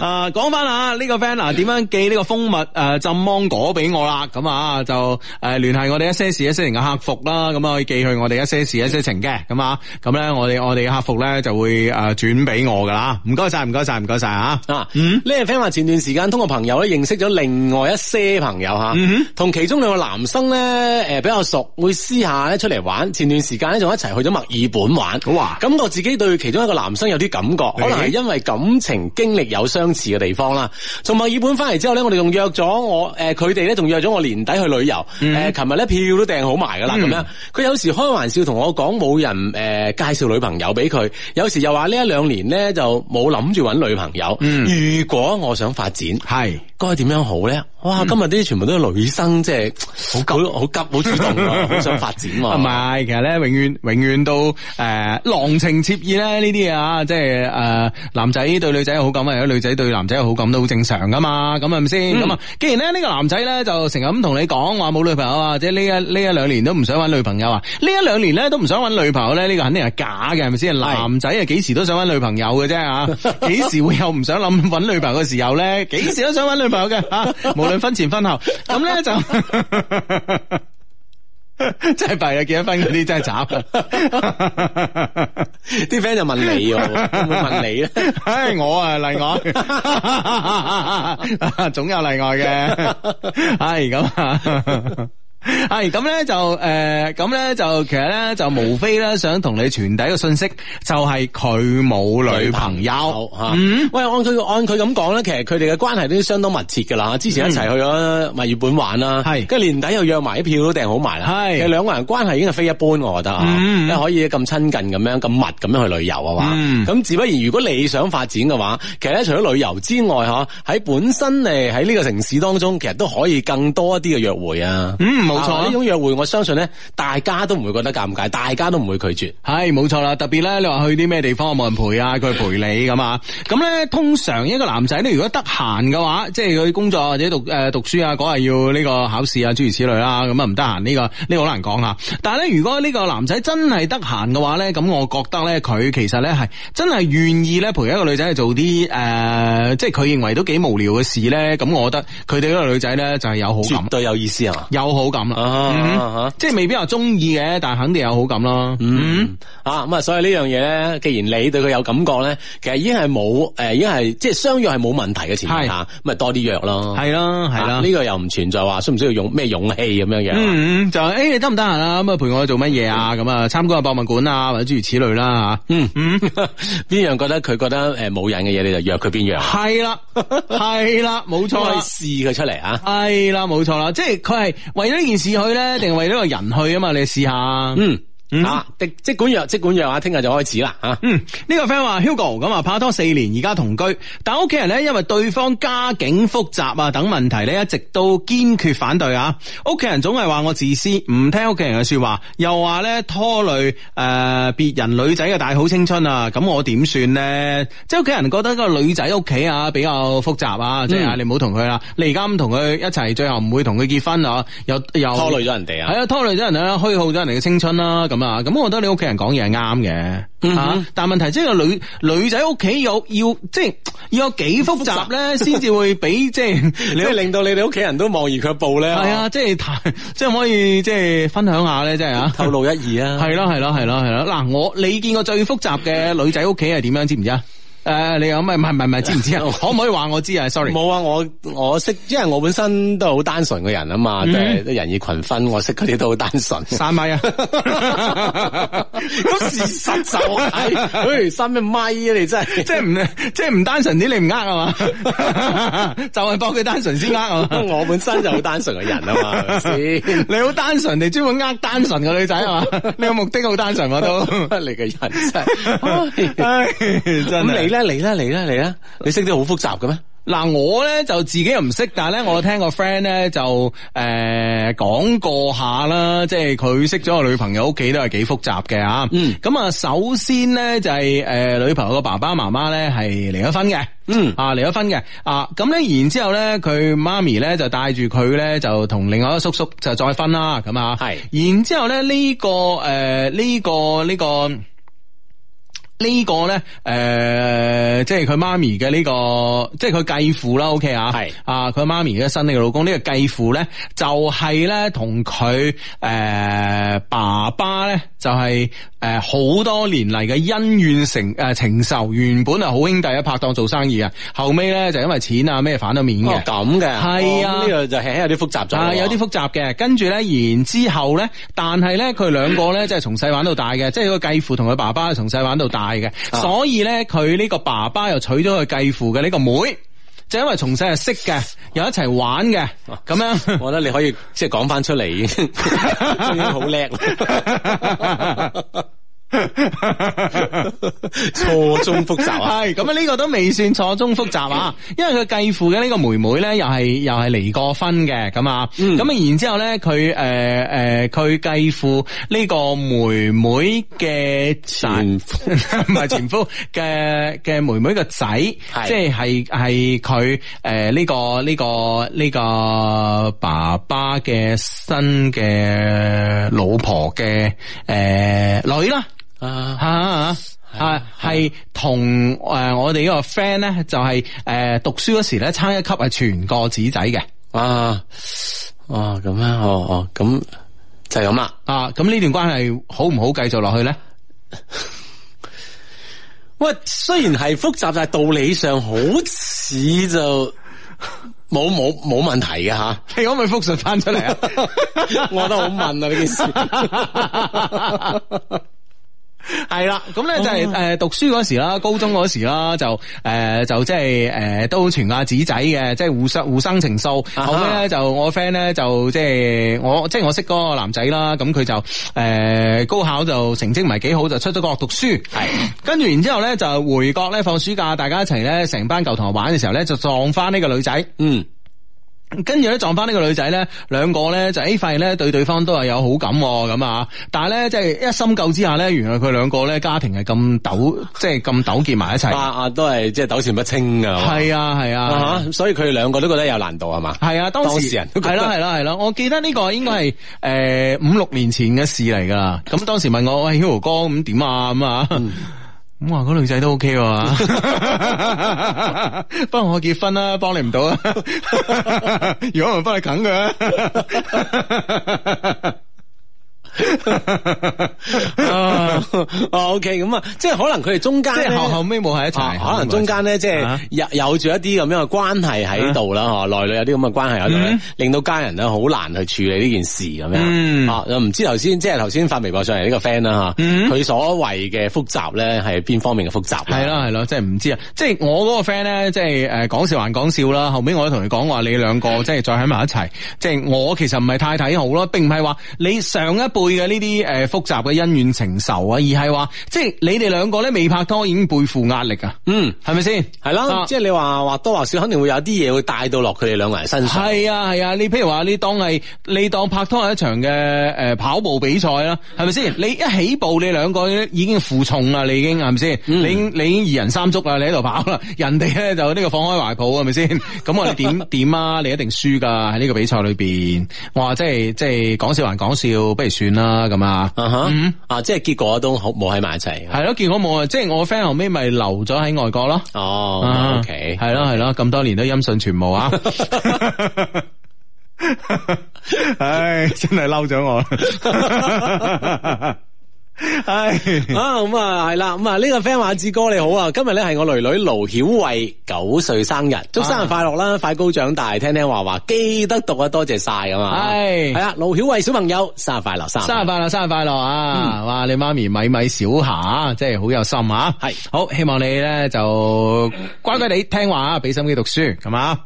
S1: 啊，講翻啊，呢個 friend 啊，點樣寄呢個蜂蜜誒呃浸芒果俾我啦？咁啊，就誒聯繫我哋一些事一些情嘅客服啦，咁啊可以寄去我哋一些事一些情嘅，咁啊，咁咧我哋我哋嘅客服咧就會誒轉俾我噶啦。唔該晒，唔該晒，唔該晒啊！
S3: 啊，呢個 friend 話前段時間通過朋友咧認識咗另外一些朋友吓，
S1: 嗯
S3: 同其中兩呃個男生咧誒比較熟，會私下咧出嚟玩。前段時間咧仲一齊去咗墨爾本玩玩。
S1: 好啊
S3: 感覺自己對其中一個男生有啲感覺，可能係因為感情經歷有相似嘅地方啦。從墨爾本翻嚟之後咧，我哋仲約咗我誒，佢哋咧仲約咗我年底去旅遊。誒、琴日咧票都訂好埋噶啦，咁、樣。佢有時開玩笑同我講冇人誒、呃介紹女朋友俾佢，有時又話呢一兩年咧就冇諗住揾女朋友。如果我想發展。
S1: 系
S3: 該點樣好咧？哇！今日啲全部都係女生，即係嗯好急、好急、好主動啊，好想發展
S1: 唔
S3: 喎。
S1: 係，其實咧，永遠永遠都诶郎情妾意咧呢啲嘢啊，即係诶、呃男仔對女仔有好感，或者女仔對男仔有好感都好正常噶嘛，咁係咪先？咁啊、既然咧呢、個男仔咧就成日咁同你講話冇女朋友啊，或者呢一呢一兩年都唔想揾女朋友啊，呢一兩年咧都唔想揾女朋友咧，呢、個肯定係假嘅，係咪先？男仔啊幾時都想揾女朋友嘅啫吓，幾時會有唔想諗揾女朋友嘅時候咧？幾時都想揾女朋友嘅吓、啊，無論婚前婚後，咁咧就。 真系弊啊！结咗婚嗰啲真系惨。
S3: 啲 friend 就問你喎，會唔會問你咧？
S1: 唉，我啊例外， 總有例外嘅。唉，咁啊。系咁咧就诶，咁、咧就其實咧就無非咧想同你傳遞一個信息，就係佢冇女朋嗯友啊
S3: 吓，啊喂，按佢按佢咁講咧，其實佢哋嘅關係都相當密切噶啦。之前一齊去咗墨爾本玩啦，
S1: 嗯係
S3: 跟住年底又約埋啲票都訂好埋啦。
S1: 係
S3: 其實兩個人關係已經係非一般，我覺得啊，
S1: 嗯
S3: 因為可以咁親近咁樣咁密咁樣去旅遊啊嘛。
S1: 嗯
S3: 咁自不然，如果你想發展嘅話，其實咧除咗旅遊之外，吓喺本身誒喺呢個城市當中，其實都可以更多一啲嘅約會啊。
S1: 嗯冇錯
S3: 啊
S1: 啊
S3: 呢種約會我相信咧，大家都唔會覺得尷尬，大家都唔會拒絕。
S1: 係冇錯啦，特別咧，你話去啲咩地方冇人陪啊，佢陪你咁啊。咁咧，通常一個男仔咧，如果得閒嘅話，即係佢工作或者讀誒、呃、讀書啊，嗰日要呢個考試啊，諸如此類啦。咁啊唔得閒呢個呢、個好難講吓。但係咧，如果呢個男仔真係得閒嘅話咧，咁我覺得咧，佢其實咧係真係願意咧陪一個女仔去做啲誒、呃即係佢認為都幾無聊嘅事咧。咁我覺得佢對呢個女仔咧就係、有好
S3: 絕
S1: 感，
S3: 對有意思係嘛？
S1: 有好感啦。
S3: 啊
S1: 嗯
S3: 啊啊
S1: 即係未必話中意嘅，但係肯定有好感咯。
S3: 嗯啊，咁啊，所以呢樣嘢咧，既然你對佢有感覺咧，其實已經係冇誒，已經係即係相約係冇問題嘅前提下，咁咪多啲約咯。
S1: 係啦，係
S3: 啊
S1: 啦
S3: 呢。啊個又唔存在話需唔需要勇咩勇氣咁樣樣。
S1: 嗯，就诶、誒你得唔得閒啊？咁啊，陪我做乜嘢啊？咁啊，參觀下博物館啊，或者諸如此類啦
S3: 嗯嗯， 邊樣覺得佢覺得誒冇癮嘅嘢，你就約佢邊樣，
S1: 吓。係 啦，係啦，冇
S3: 再
S1: 錯啦。
S3: 試佢出嚟啊！
S1: 係啦，冇錯啦，即係佢係為咗呢件事去咧，定係為咗個人去啊嘛？你試下。
S3: 嗯啊，即即管約，即管約啊，聽日就開始啦啊！
S1: 嗯，呢、個 friend 話 Hugo 咁啊，拍拖四年，而家同居，但屋企人咧因為對方家境複雜啊等問題咧，一直都堅決反對啊。屋企人總係話我自私，唔聽屋企人嘅说話，又話咧拖累诶别、人女仔嘅大好青春啊。咁我點算呢？即係屋企人覺得個女仔屋企啊比較複雜啊，即係啊你唔好同佢啦，你而家咁同佢一齊，最後唔會同佢結婚啊，又又
S3: 拖累咗人哋啊
S1: 係啊，拖累咗人哋啦，虛耗咗人哋嘅青春啦，咁啊，咁我覺得你屋企人講嘢係啱嘅。
S3: 嗯
S1: 啊
S3: 哼
S1: 但問題即係個女女仔屋企有要即係要有幾複雜咧，先至會俾即 係
S3: 你
S1: 你
S3: 係令到你哋屋企人都望而卻步咧，
S1: 係啊，即係談即係可以即係分享下咧，即係啊。
S3: 透露一二啊，
S1: 係咯係咯係咯係咯，嗱我你見過最複雜嘅女仔屋企係點樣，知唔知啊？誒、你有咪唔係唔係唔係知唔知啊？ 可唔可以話我知啊？Sorry，
S3: 冇啊！我我識，因為我本身都係好單純嘅人啊嘛，
S1: 嗯
S3: 即係人以群分，我識嗰啲都好單 純。
S1: 三米 啊！
S3: 咁事實就 係，唉，三咩咪啊！你真係，
S1: 即係唔 即係唔單純啲，你唔呃啊嘛？ 就係博佢單純先呃啊 嘛？
S3: 我本身就好單純嘅人啊嘛，係咪先？
S1: 你好單純地專門呃單純嘅女仔係 嘛？你個目的好單純我都。
S3: 你嘅人真係。唉
S1: 唉，真
S3: 咁
S1: 係
S3: 你咧，你咧，你咧，你咧，你識啲好複雜嘅咩？
S1: 嗱，我咧就自己又唔識，但係咧我聽個 friend 咧就誒講、過下啦，即係佢識咗個女朋友屋企都係幾複雜嘅啊。
S3: 嗯
S1: 咁啊，首先咧就係、呃女朋友嘅爸爸媽媽咧係離咗婚嘅。
S3: 嗯
S1: 啊離咗婚嘅啊，咁咧然之後咧佢媽咪咧就帶住佢咧就同另外一個叔叔就再婚啦，咁啊
S3: 係
S1: 呃然之後咧呢、個誒呢、個呢、個。呢個咧，诶，即係佢媽咪嘅呢個，即係佢繼父啦，OK 啊，
S3: 係
S1: 啊，佢媽咪嘅新呢個老公，呢個繼父咧就係咧同佢诶爸爸咧就係诶好多年嚟嘅恩怨情诶情仇，原本係好兄弟啊拍檔做生意啊，後尾咧就因為錢啊咩反咗面
S3: 哦
S1: 嘅。
S3: 咁嘅，
S1: 係啊
S3: 哦咁呢個就係有啲複雜咗
S1: 啊，
S3: 喎，
S1: 有啲複雜嘅，跟住咧，然之後咧，但係咧，佢兩個咧，即係從細玩到大 嘅，即係個繼父同佢爸爸係從細玩到大嘅，
S3: 啊
S1: 所以咧，佢呢個爸爸又娶咗佢繼父嘅呢個妹，就因為從細係識嘅，又一齊玩嘅，咁 樣。
S3: 我覺得你可以即係講翻出嚟，已經終於好叻啦。錯綜複 雜啊！
S1: 系咁啊！呢個都未算錯綜複雜啊，
S3: 嗯
S1: 因為佢繼父嘅呢個妹妹咧，又係又係離過婚嘅咁啊。
S3: 嗯
S1: 咁啊、然之後咧，佢诶诶，佢、繼父呢個妹妹嘅
S3: 前夫
S1: 唔係前夫嘅嘅妹妹個仔，即係係係佢诶呢個呢、個呢、個爸爸嘅新嘅老婆嘅诶、呃女啦。
S3: 啊，
S1: 吓吓系同诶我哋呢個 friend 咧，就係诶读书嗰時咧，差一級係全個紙仔嘅。
S3: 啊，哦，咁啊，哦哦，咁就係咁啦。
S1: 啊，咁呢段關係好唔好繼續落去咧？
S3: 喂，雖然係複雜，但係道理上好似就冇冇冇問題嘅吓。？
S1: 你可唔可以复述翻出嚟 啊
S3: 我覺得好問啊呢件事。
S1: 系啦，咁咧就
S3: 哦
S1: 係诶讀書嗰時啦，高中嗰時啦，就诶、呃就即係诶都全家紙仔嘅，即係互相互生情愫。
S3: 啊哈
S1: 後尾咧就我 friend 咧就即係我即係我識嗰個男仔啦，咁佢就诶、呃高考就成績唔係幾好，就出咗國讀書。系，跟住然之後咧就回國咧放暑假，大家一齊咧成班舊同學玩嘅時候咧就撞翻呢個女仔。
S3: 嗯，
S1: 跟住咧撞翻呢個女仔咧，兩個咧就诶哎發現咧對對方都係有好感喎咁啊，但係咧即係一深究之下咧，原來佢兩個咧家庭係咁糾，即係咁糾結埋一齊。
S3: 啊啊，都係即係糾纏不清噶。
S1: 係啊係啊
S3: 啊，所以佢哋兩個都覺得有難度係嘛？
S1: 係啊，當
S3: 當
S1: 時
S3: 事人都覺
S1: 係
S3: 得
S1: 啦係啦係啦，我記得呢個應該係诶五六年前嘅事嚟㗎啦。咁當時問我喂 Hugo 哥咁點啊咁啊。
S3: 嗯
S1: 咁話嗰女仔都 OK 喎，不過我結婚啦，幫你唔到啊！如果唔係幫你啃啊 佢。
S3: 啊，OK，咁啊， 即係可能佢哋中間
S1: 即
S3: 咧
S1: 係後後尾冇喺一
S3: 啊
S1: 齊，
S3: 可能中間咧，即係
S1: 啊
S3: 有有住一啲咁樣嘅關係喺度啦，嗬，內裏有啲咁嘅關係喺度咧
S1: 嗯，
S3: 令到家人咧好難去處理呢件事咁
S1: 嗯
S3: 樣。啊，唔知頭先即係頭先發微博上嚟呢個 friend 啦吓，
S1: 嗯
S3: 佢所謂嘅複雜咧係邊方面嘅複雜？
S1: 係，咯係咯，即係唔知啊！即係我嗰個 friend 咧，即係誒講笑還講笑啦。後尾我都同佢講話，你兩個即係再喺埋一齊，即係我其實唔係太睇好咯，並唔係話你上一輩嘅呢啲誒複雜嘅恩怨情仇啊，而係話即係你哋兩個咧未拍拖已經背負壓力啊，
S3: 嗯，
S1: 係咪先？
S3: 係啦，
S1: 啊
S3: 即係你話或多或少肯定會有啲嘢會帶到落佢哋兩個人身上。
S1: 係啊係啊，你譬如話你當係你當拍拖係一場嘅诶、呃跑步比賽啦，係咪先？你一起步，你兩個已經負重啦，你已經係咪先？你已經你已經二人三足啦，你喺度跑啦，人哋咧就呢個放開懷抱啊係咪先？咁我哋點點啊？你一定輸㗎喺呢個比賽裏边。我話即係即系讲笑還講笑，不如算啦咁啊。
S3: 啊哈
S1: 嗯，
S3: 啊，即係結果都好冇喺埋一齊。
S1: 係咯，結果冇啊，即係我 friend 後尾咪留咗喺外國咯。
S3: 哦，OK，
S1: 系啊咯系咯，咁多年都音訊全無啊！唉，真係嬲咗我啦！唉，
S3: 啊，咁啊，系啦，咁啊，呢个 friend 话志哥你好啊，今日咧系我女女卢晓慧九岁生日，祝生日快乐啦，快高长大，听听话话，记得读啊，多谢晒咁啊，
S1: 係
S3: 系啦，卢晓慧小朋友生日快乐，生日
S1: 生日
S3: 快樂
S1: 快樂，生日快樂啊！哇，你媽咪米米小霞真係好有心啊！
S3: 係
S1: 好，希望你咧就乖乖地聽話啊，俾心機讀書，咁啊？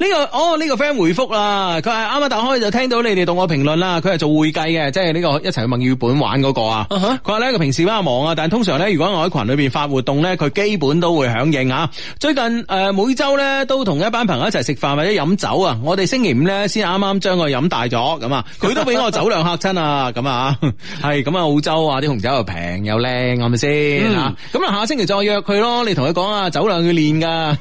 S1: 呢、個哦呢、個 friend 回覆啦，佢係啱啱打開就聽到你哋同我評論啦，佢係做會計嘅，即係呢個一齊去墨爾本玩嗰個啊。佢話咧佢平時比較忙啊，但通常咧如果我喺群裏邊發活動咧，佢基本都會響應啊。最近誒、呃每週咧都同一班朋友一齊食飯或者飲酒啊，我哋星期五咧先啱啱將佢飲大咗咁啊，佢都俾我酒量嚇親啊，咁啊 係咁啊澳洲啊啲紅酒又平又靚係咪先啊？咁啊下星期再約佢咯，你同佢講啊酒量要練 㗎，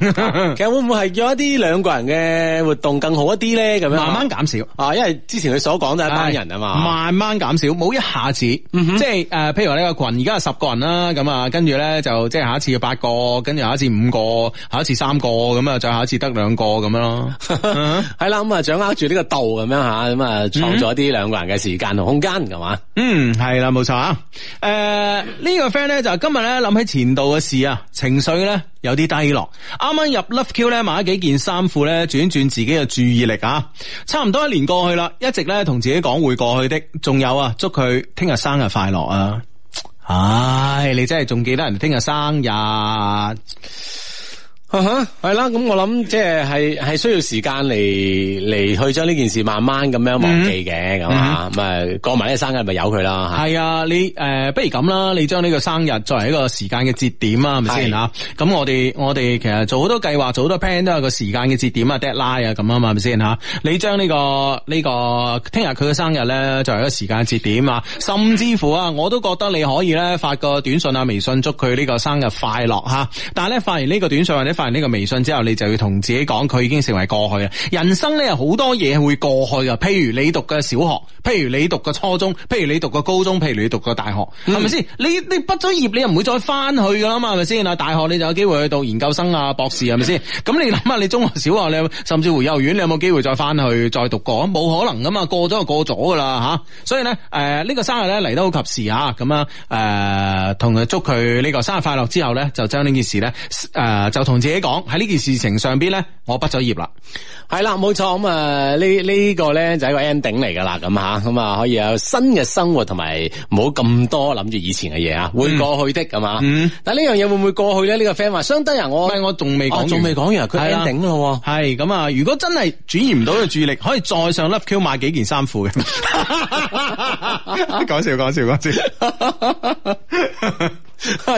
S3: 其实会唔会系约一啲两个人嘅活动更好一啲咧？咁样
S1: 慢慢減少。
S3: 啊，因为之前佢所讲都系一班人啊嘛，
S1: 慢慢減少，冇一下子，即係诶、呃呃譬如話呢個群而家係十個人啦，咁啊，跟住咧就即係下一次嘅八個，跟住下一次五個，下一次三個，咁啊，再下一次得兩個咁樣咯。嗯
S3: 系啦，咁啊，掌握住呢個度咁樣吓，咁啊，創造一啲兩個人嘅時間同空間，啊係嘛？
S1: 嗯，系啦，冇錯啊。诶、呢、個 friend 咧就今日咧諗起前度嘅事啊，情緒咧有啲低落。啱啱入 Love Q 咧買咗幾件衫褲咧，轉一轉自己嘅注意力啊。差唔多一年過去啦，一直咧同自己講會過去的。仲有啊，祝佢聽日生日快樂啊！唉，你真係仲記得人哋聽日生日。
S3: 啊哈，系啦，咁我諗即係係係需要時間嚟嚟去將呢件事慢慢咁樣忘記嘅，咁啊，咁啊過埋呢個生日咪由佢啦吓。
S1: 系啊，你诶、呃不如咁啦，你將呢個生日作為一個時間嘅節點啊，係咪先
S3: 係
S1: 啊？咁我哋我哋其實做好多計劃，做好多 plan 都有個時間嘅節點啊，deadline 啊咁啊嘛，係咪先吓？你將呢、個呢、個聽日佢嘅生日咧，作為一個時間嘅節點啊，甚至乎啊，我都覺得你可以咧發個短信啊、微信祝佢呢個生日快樂吓、但係咧發完呢個短信或者發完呢個微信之後，你就要同自己講，佢已經成為過去啦。啊人生咧有好多嘢會過去噶，譬如你讀嘅小學，譬如你讀嘅初中，譬如你讀嘅高中，譬如你讀嘅大學，係咪先？你你畢咗業，你又唔會再翻去噶啦嘛，係咪先啊？大學你就有機會去到研究生啊、博士，係咪先？咁你諗下，你中學、小學，你有甚至乎幼兒園，你有冇機會再翻去再讀過？冇可能噶嘛，過咗就過咗噶啦吓。所以咧，誒、呢、個生日咧嚟得好及時啊，咁啊誒，呃同佢祝佢呢個生日快樂之後咧，就將呢件事咧誒、呃就同自己講喺呢件事情上邊咧，我畢咗業啦。
S3: 係啦，冇錯，咁啊呢呢個咧就係一個 ending 嚟㗎啦，咁吓，咁啊可以有新嘅生活，同埋唔好咁多諗住以前嘅嘢啊，會過去的，咁嘛。
S1: 嗯
S3: 但呢樣嘢會唔會過去咧？呢個 friend 話，相低 人我
S1: 唔係我仲未講
S3: 哦
S1: 完，
S3: 仲未講完，佢
S1: 係啦
S3: ending 咯喎。
S1: 系咁啊！如果真係轉移唔到嘅注意力，可以再上 Love Q 買幾件衫褲 嘅。講笑講笑講笑。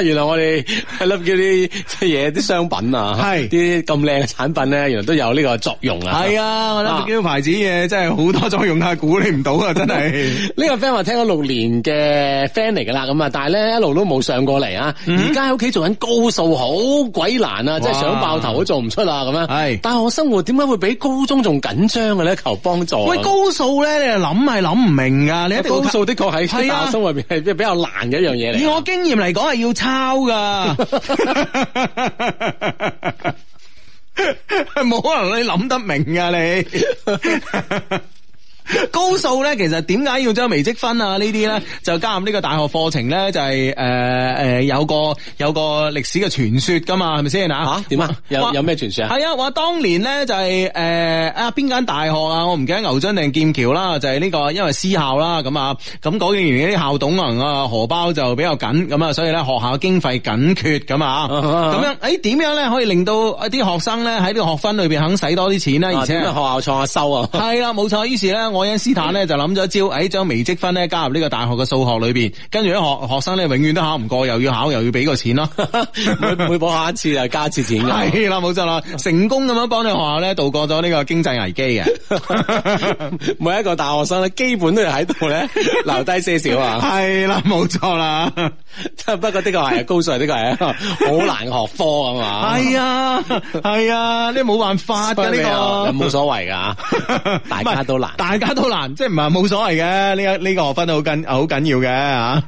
S3: 原來我哋係粒叫啲即係嘢啲商品啊，
S1: 係
S3: 啲咁靚嘅產品咧，原來都有呢個作用啊。
S1: 係啊，我諗 Q 牌子嘢真係好多作用啊，估你唔到啊，真係。
S3: 呢個 friend 話聽咗六年嘅 friend 嚟噶啦，咁啊，但係咧一路都冇上過嚟啊。
S1: 嗯
S3: 而家喺屋企做緊高數，好鬼難啊，即係想爆頭都做唔出啊，咁樣。
S1: 係
S3: 但係我生活點解會比高中仲緊張嘅咧？求幫助啊。
S1: 喂，高數咧，你係諗係諗唔明㗎，你一定要
S3: 高數的確喺
S1: 係啊
S3: 大學生活入邊係比較難嘅一樣嘢
S1: 以
S3: 嚟
S1: 我經驗嚟講係要抄 噶，冇可能你諗得明噶你。高數咧，其實點解要將微積分啊呢啲咧，就加入呢個大學課程咧，就係誒誒有個有個歷史嘅傳說噶嘛，係咪先啊？
S3: 啊。點啊？有
S1: 哇
S3: 有咩傳説啊？
S1: 係啊，話當年咧就係、呃啊邊間大學啊，我唔記得牛津定劍橋啦，就係、呢、個因為私校啦，咁啊咁嗰幾年啲校董可能啊荷包就比較緊，咁啊所以咧學校經費緊缺咁啊，
S3: 啊哈啊哈
S1: 咁樣誒點樣咧可以令到一啲學生咧喺呢個學分裏邊肯使多啲錢咧，
S3: 啊
S1: 而且
S3: 點啊學校創下收啊。
S1: 係啦，冇錯。於是咧，愛因斯坦咧就諗咗一招，誒將微積分咧加入呢個大學嘅數學裏邊，跟住咧學學生咧永遠都考唔過，又要考又要俾個錢咯。
S3: 每每補下一次就加一 次錢㗎。
S1: 係啦，冇錯啦，成功咁樣幫你學校咧度過咗呢個經濟危機 嘅。
S3: 每一個大學生咧，基本都要喺 度咧留低些少啊。
S1: 係啦，冇錯啦，
S3: 不過的確係高數，的確係一個好難嘅學科啊嘛。
S1: 係啊，係啊，呢冇辦法
S3: 不過
S1: 㗎
S3: 呢個
S1: 呢 個。
S3: 冇所謂噶， 大家都難。
S1: 大家都難，即係唔係冇所謂嘅？呢、個呢、個學分好緊好緊要嘅 嚇。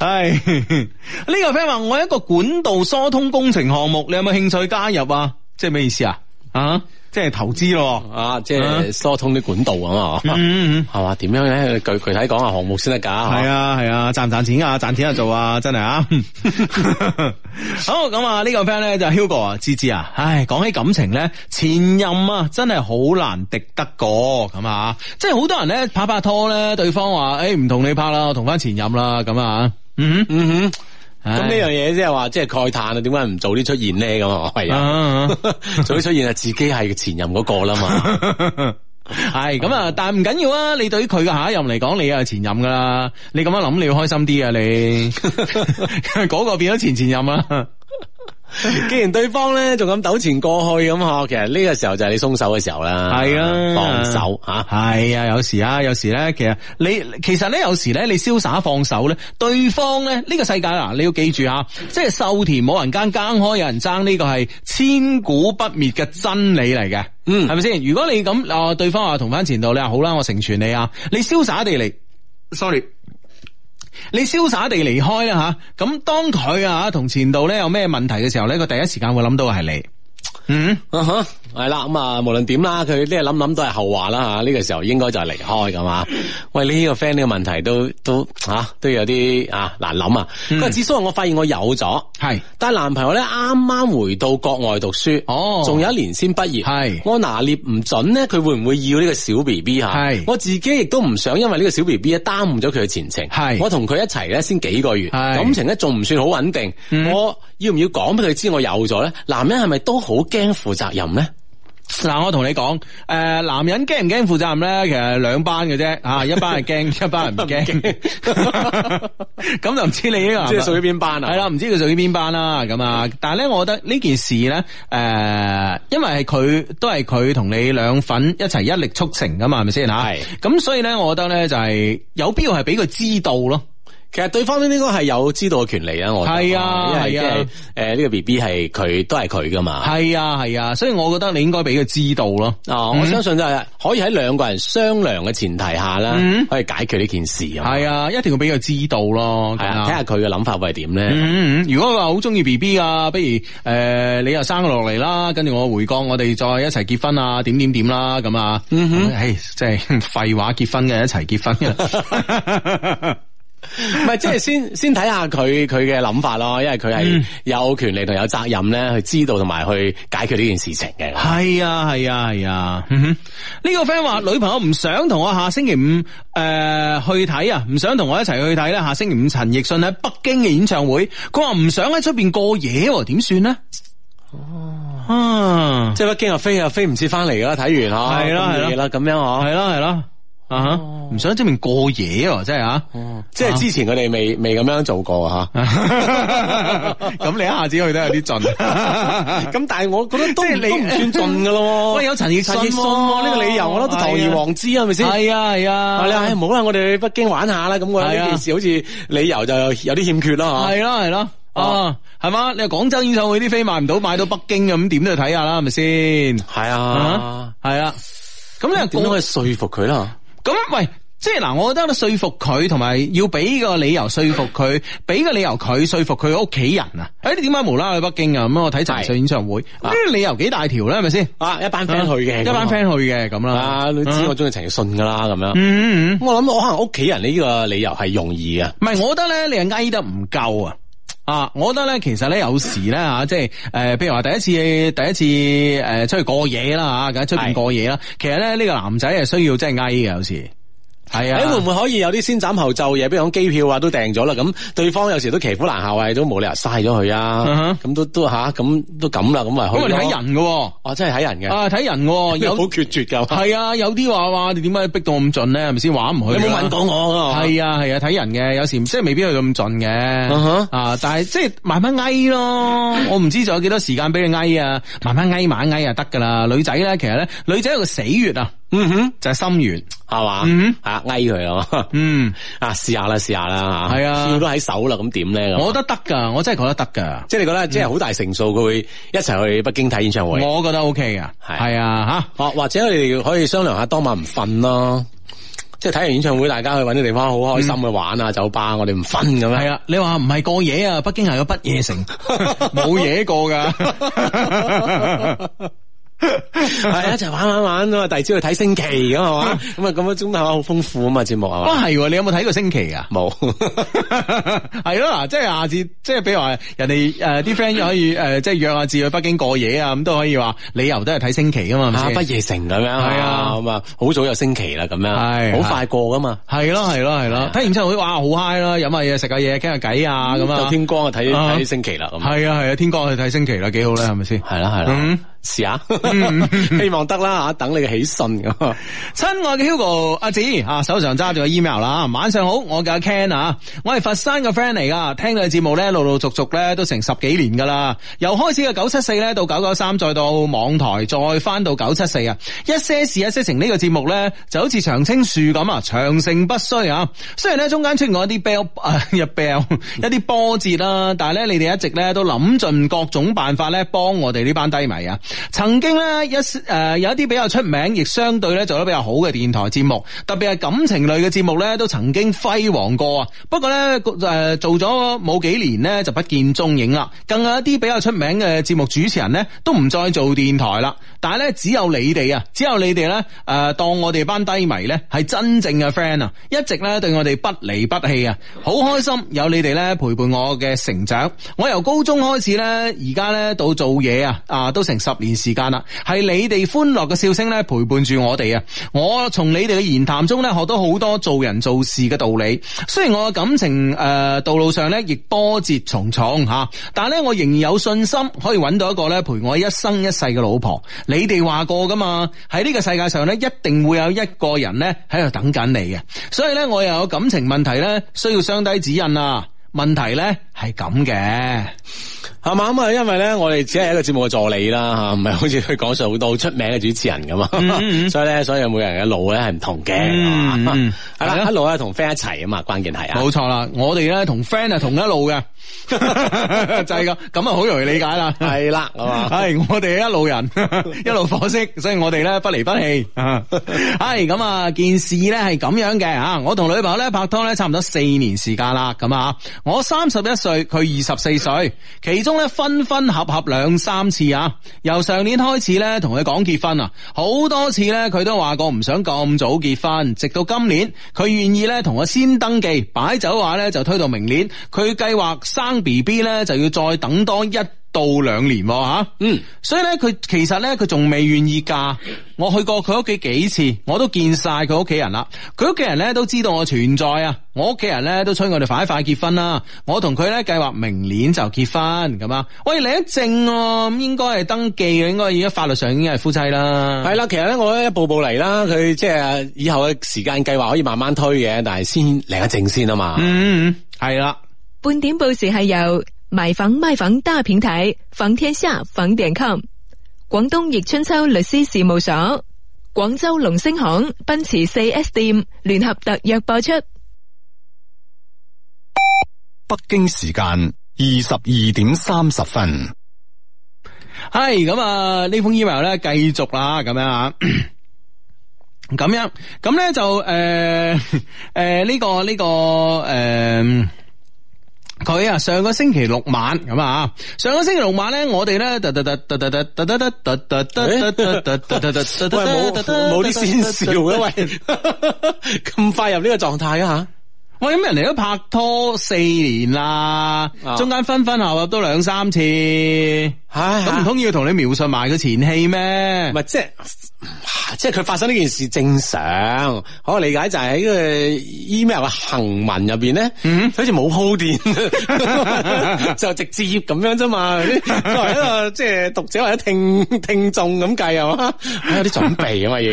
S1: 唉，呢個 friend 話我有一個管道疏通工程項目，你有冇興趣加入啊？即係咩意思啊？啊，即係投資咯。
S3: 啊，即係疏通啲管道啊嘛，
S1: 嗯嗯
S3: 係嘛？點樣咧？具具體講下項目先得㗎。
S1: 系啊系啊，賺唔賺錢啊？賺錢就做 啊，真係啊！好咁啊，呢個 friend 咧就 Hugo 啊，芝芝啊，唉，講起感情咧，前任啊，真係好難敵得過咁啊！即係好多人咧拍拍拖咧，對方話诶唔同你拍啦，我同翻前任啦咁啊，嗯哼
S3: 嗯哼。
S1: 唉
S3: 咁呢樣嘢即係話，即係慨嘆啊！點解唔早啲出現咧？咁啊，係啊，
S1: 啊。
S3: 早啲出現啊，自己係前任嗰個啦嘛。
S1: 系咁 啊，但系唔緊要啊！你對於佢嘅下一任嚟講，你又係前任噶啦，你咁樣諗你要開心啲啊！ 你嗰個變咗前前任啊啦。
S3: 既然對方咧仲咁糾纏過去咁嗬，其實呢個時候就係你鬆手嘅時候啦。
S1: 係啊
S3: 放手吓。
S1: 系啊，有時啊，有時咧，其實你其實咧，有時咧，你瀟灑放手咧，對方咧，呢、個世界嗱，你要記住啊，即係秀田冇人耕，耕開有人爭，呢、個係千古不滅嘅真理嚟嘅，
S3: 嗯
S1: 係咪先？如果你咁啊，對方話同翻前度，你話好啦，我成全你啊，你瀟灑地嚟，sorry。你瀟灑地離開啦吓，咁當佢啊同前度咧有咩問題嘅時候咧，佢第一時間會諗到係你。嗯，
S3: 啊哈，系啦，咁啊，無論點啦，佢呢個諗諗都係後話啦吓，啊呢、個時候應該就係離開咁啊。喂，呢、個 friend 呢個問題都都吓、啊都有啲啊難諗啊。佢話、紫蘇，我發現我有咗，
S1: 係
S3: 但係男朋友咧啱啱回到國外讀書，
S1: 哦
S3: 仲有一年先畢業，
S1: 係
S3: 我拿捏唔準咧，佢會唔會要呢個小 B B 吓？
S1: 係
S3: 我自己亦都唔想因為呢個小 B B 咧耽誤咗佢嘅前程，
S1: 係
S3: 我同佢一齊咧先幾個月，
S1: 係嗯
S3: 感情咧仲唔算好穩定，我要唔要講俾佢知我有咗咧？男人係咪都好驚負責任咧？
S1: 嗱，我同你講，诶、男人驚唔驚負責任咧？其實兩班嘅啫， 吓一班係驚，一班係唔驚。 咁就唔知你呢個
S3: 即係屬於邊班啊？
S1: 系啦，唔知佢屬於邊班啦，咁啊，但係咧，我覺得呢件事咧，诶、因為係佢都係佢同你兩份一齊一力促成噶嘛，係咪先吓？
S3: 係
S1: 咁所以咧，我覺得咧就係有必要係俾佢知道咯。
S3: 其實對方都應該係有知道嘅權利啊，我覺得
S1: 係啊
S3: 因為
S1: 係啊
S3: 即係誒呢個 B B 係佢都係佢噶嘛，
S1: 係啊，係啊，所以我覺得你應該俾佢知道咯。
S3: 啊，我相信就係可以喺兩個人商量嘅前提下啦，
S1: 嗯
S3: 可以解決呢件事啊嘛。
S1: 係啊，一定要俾佢知道咯。
S3: 系
S1: 咁
S3: 啊，
S1: 啊
S3: 睇下佢嘅諗法會係點咧。
S1: 嗯嗯嗯，如果佢話好中意 B B 啊，不如诶、呃你又生落嚟啦，跟住我回國，我哋再一齊結婚啊，點點點啦，咁啊，嗯哼，唉，即係廢話，結婚嘅一齊結婚嘅。
S3: 唔係，即係 先先睇下佢佢嘅諗法咯，因為佢
S1: 嗯
S3: 係有權利同有責任咧，去知道同埋去解決呢件事情嘅。
S1: 係啊係啊係啊，嗯哼呢、個 friend 話女朋友唔想同我下星期五誒、呃去睇啊，唔想同我一齊去睇咧。下星期五陳奕迅喺北京嘅演唱會，佢話唔想喺出邊過夜喎，點算呢？哦，啊，
S3: 即係北京又飛又飛唔切翻嚟㗎啦，睇完嗬，
S1: 係啦
S3: 咁
S1: 係啦
S3: 夜啦，咁樣嗬，
S1: 係啦係啦，啊哈唔想喺出邊過夜喎，真係啊！
S3: 即係之前佢哋未未咁樣做過啊吓。
S1: 咁你一下子去都有啲 盡。
S3: 咁但係我覺得都
S1: 即係你
S3: 都唔算盡噶咯 喎。
S1: 喂有陳奕迅
S3: 陳奕迅喎
S1: 喎
S3: 呢個理由，我覺得都堂而皇之啊係咪先？
S1: 係啊係啊，
S3: 係啦，唉唔好啦，我哋去北京玩下啦。咁我覺得
S1: 係
S3: 呢
S1: 啊
S3: 件事好似理由就有啲欠缺啦吓。
S1: 系咯系咯。啊，系嘛？你話廣州演唱會啲飛買唔到，買到北京咁，點都要睇下啦，係咪先？
S3: 係
S1: 啊
S3: 啊，，
S1: 係啊。咁你話
S3: 點樣
S1: 過
S3: 去說服佢啦？
S1: 咁喂，即係嗱，我覺得你說服佢，同埋要俾個理由說服佢，俾個理由佢說服佢屋企人啊。誒，你點解無啦啦去北京啊？咁我睇陳奕迅演唱會，咁呢個理由幾大條咧？係咪先
S3: 啊，一班 friend 啊去嘅，
S1: 一班 friend 去嘅咁啦
S3: 啊，。你知我中意陳奕迅噶啦，咁樣。
S1: 嗯嗯嗯
S3: 咁我諗我可能屋企人呢個理由係容易嘅，
S1: 唔係，啊我覺得咧，你係翳得唔夠啊！啊，我覺得咧，其實咧有時咧吓、啊即係誒、呃譬如話第一次第一次誒、呃出去過夜啦吓，咁、喺出
S3: 係
S1: 邊過夜啦，其實咧呢、個男仔係需要真係翳嘅有時，係啊，
S3: 誒會唔會可以有啲先斬後奏嘢？比如講機票啊都訂咗啦，咁對方有時都騎虎難下位，都冇理由嘥咗佢
S1: 嗯
S3: 啊
S1: 哼。
S3: 咁都都吓，咁都咁啦，咁咪
S1: 咁
S3: 去
S1: 啊睇
S3: 咯。
S1: 人嘅喎，
S3: 哦，真係睇人嘅，
S1: 啊睇人嘅喎，
S3: 有 好
S1: 有
S3: 決絕㗎。
S1: 係啊，有啲話話你點解逼到咁盡咧？係咪先玩唔去？啊
S3: 你冇問過我㗎？
S1: 係啊係啊，睇人嘅，有時即係未必去到咁盡嘅，
S3: 哼
S1: 啊！但係即係慢慢翳咯，我唔知仲有幾多時間俾你翳啊，慢慢翳，慢慢翳啊，得噶啦。女仔咧，其實咧，女仔有個死穴啊，
S3: 嗯哼，
S1: 就係心願。
S3: 係嘛
S1: 嗯？
S3: 啊，翳佢咯。
S1: 嗯，
S3: 啊，試下啦，試下啦嚇。
S1: 係啊
S3: 票都喺手啦，咁點咧？
S1: 我覺
S3: 咁嗯
S1: 得得噶，我真係覺得得噶。
S3: 即係你覺得，即係好大成數，佢會一齊去北京睇演唱會。
S1: 我覺得 OK 噶，
S3: 係
S1: 係啊
S3: 哦，或者你哋可以商量下當晚唔瞓咯，即係睇完演唱會，大家去搵啲地方好開心去玩啊，酒吧，我哋唔瞓咁
S1: 吓，
S3: 樣。
S1: 係啊！你話唔係過夜啊？北京係個不夜城，冇嘢過噶。
S3: 係一齊玩玩玩咁啊！第二朝去睇星期咁係 嘛，咁啊咁樣中間好豐富啊嘛，節目係嘛，
S1: 啊係喎，你有冇睇過星期啊？
S3: 冇
S1: 系咯，嗱，即系下次，即系比如话人哋诶啲 friend 可以诶、呃即系约下志去北京過夜啊，咁都可以話理由都係睇星期噶嘛，係
S3: 啊，不
S1: 咪先？
S3: 夜城咁樣
S1: 係啊
S3: 咁啊，好早有星期啦咁
S1: 係
S3: 樣，好快過噶嘛，
S1: 係咯係咯係
S3: 啊
S1: 咯，睇完之後會哇好 high 啦，飲下嘢食下嘢傾下偈啊咁
S3: 就
S1: 啊，
S3: 天光啊睇
S1: 啊
S3: 睇星期啦咁。
S1: 係啊係啊，天光去睇星期啦，幾好咧係咪先？
S3: 係啦係啦
S1: 嗯，
S3: 試下， 希望得啦吓，等你嘅喜訊咁。
S1: 親愛嘅 Hugo 阿子啊，手上揸住個 email 啦，晚上好，我叫阿 Ken 啊，我係佛山嘅啊 friend 嚟噶，聽佢嘅節目咧，陸陸續續咧都成十幾年噶啦，由開始嘅九七四咧到九九三，再到網台，再翻到九七四啊，一些事一些情呢個節目咧就好似長青樹咁啊，長盛不衰啊，雖然咧中間出現過一啲 bell 啊一 bell 一啲波折啦，但係咧你哋一直咧都諗盡各種辦法咧幫我哋呢班低迷啊，曾經呢，一誒、呃有一啲比較出名，亦相對咧做得比較好嘅電台節目，特別係感情類嘅節目咧，都曾經輝煌過啊。不過咧誒、呃做咗冇幾年呢，就不見蹤影啦。更有一啲比較出名嘅節目主持人呢，都唔再做電台啦。但係咧，只有你哋啊，只有你哋咧誒，當我哋班低迷咧係真正嘅 friend 啊，一直咧對我哋不離不棄啊，好開心有你哋咧陪伴我嘅成長。我由高中開始咧，而家咧到做嘢啊，啊都成十年時間啦，係你哋歡樂嘅笑聲咧陪伴住我哋啊！我從你哋嘅言談中咧學到好多做人做事嘅道理。雖然我嘅感情誒、呃道路上咧亦波折重重吓，但係咧我仍然有信心可以揾到一個咧陪我一生一世嘅老婆。你哋話過噶嘛？喺呢個世界上咧，一定會有一個人咧喺度等緊你嘅。所以咧，我又有感情問題咧，需要相低指引啊！問題咧係咁嘅。
S3: 係嘛咁啊，因為咧我哋只係一個節目嘅助理啦吓，唔係好似佢講述好多好出名嘅主持人咁啊， 所以咧，所以每個人嘅路咧係唔同嘅，
S1: 嗯嗯係
S3: 係啦，
S1: 咯
S3: 一路咧同 friend 一齊啊嘛，關鍵係啊，
S1: 冇錯啦，我哋咧同 friend 係同一路嘅， 就係咁，咁啊好容易理解啦。
S3: 係啦，啊係嘛。
S1: 係我哋一路人， 一路火色，所以我哋咧不離不棄。 係咁啊，件事咧係咁樣嘅啊，我同女朋友咧拍拖咧差唔多四年時間啦，咁啊，我三十一歲，佢二十四歲，其中咧分分合合兩三次啊。由上年開始咧同佢講結婚啊，好多次咧佢都話過唔想咁早結婚，直到今年佢願意咧同我先登記，擺酒話咧就推到明年，佢計劃生 B B 咧就要再等多一。到兩年喎吓，嗯，所以咧佢其實咧佢仲未願意嫁，我去過佢屋企幾次，我都見晒佢屋企人啦，佢屋企人咧都知道我存在啊，我屋企人咧都催我哋快快結婚啦，我同佢咧計劃明年就結婚咁啊，喂你一正喎，咁應該係登記嘅，應該而家法律上已經係夫妻啦，
S3: 係啦，其實咧，我覺得一步步嚟啦，佢即係以後嘅時間計劃可以慢慢推嘅，但係先領一證先啊嘛。
S1: 嗯，嗯，係啦。
S4: 半点报时系由买房卖房大平台房天下房点 com、广东易春秋律师事务所、广州龙星行奔驰四 S 店联合特约播出。
S5: 北京時間二十二點三十分。
S1: 系咁啊，呢封 email 咧繼續啦，咁樣啊。 咁樣咁咧就诶诶呢個呢、個诶。佢啊，上個星期六晚咁啊，上個星期六晚咧，我哋咧，突突突突突突突突突突突突突突突，
S3: 喂，冇冇啲先兆嘅喂，咁快入呢個狀態啊
S1: 喂，咁人哋都拍拖四年啦，
S3: 啊
S1: 中間分分合合都兩三次，咁
S3: 吓，唉，
S1: 唔通要同你描述埋個前戲咩？
S3: 唔係即係即係佢發生呢件事正常，可理解就係喺個 email 嘅行文入邊咧，佢好似冇鋪墊，就直接咁樣啫嘛。作為一個即係讀者或者聽聽眾咁計係嘛，唉有啲準備啊嘛要，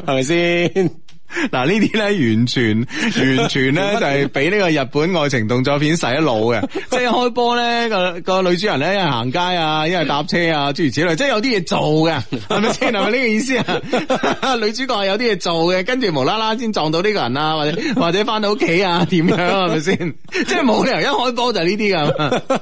S3: 係咪先？
S1: 嗱呢啲咧完全 完全咧就係俾呢個日本愛情動作片洗腦 嘅，即係開波咧個個女主人咧一係行街啊，一係搭車啊，諸如此類，即係有啲嘢做嘅，係咪先？係咪呢個意思啊？ 女主角係有啲嘢做嘅，跟住無啦啦先撞到呢個人啊，或者 或者翻到屋企啊，點樣係咪先？即係冇理由一開波就係呢啲噶，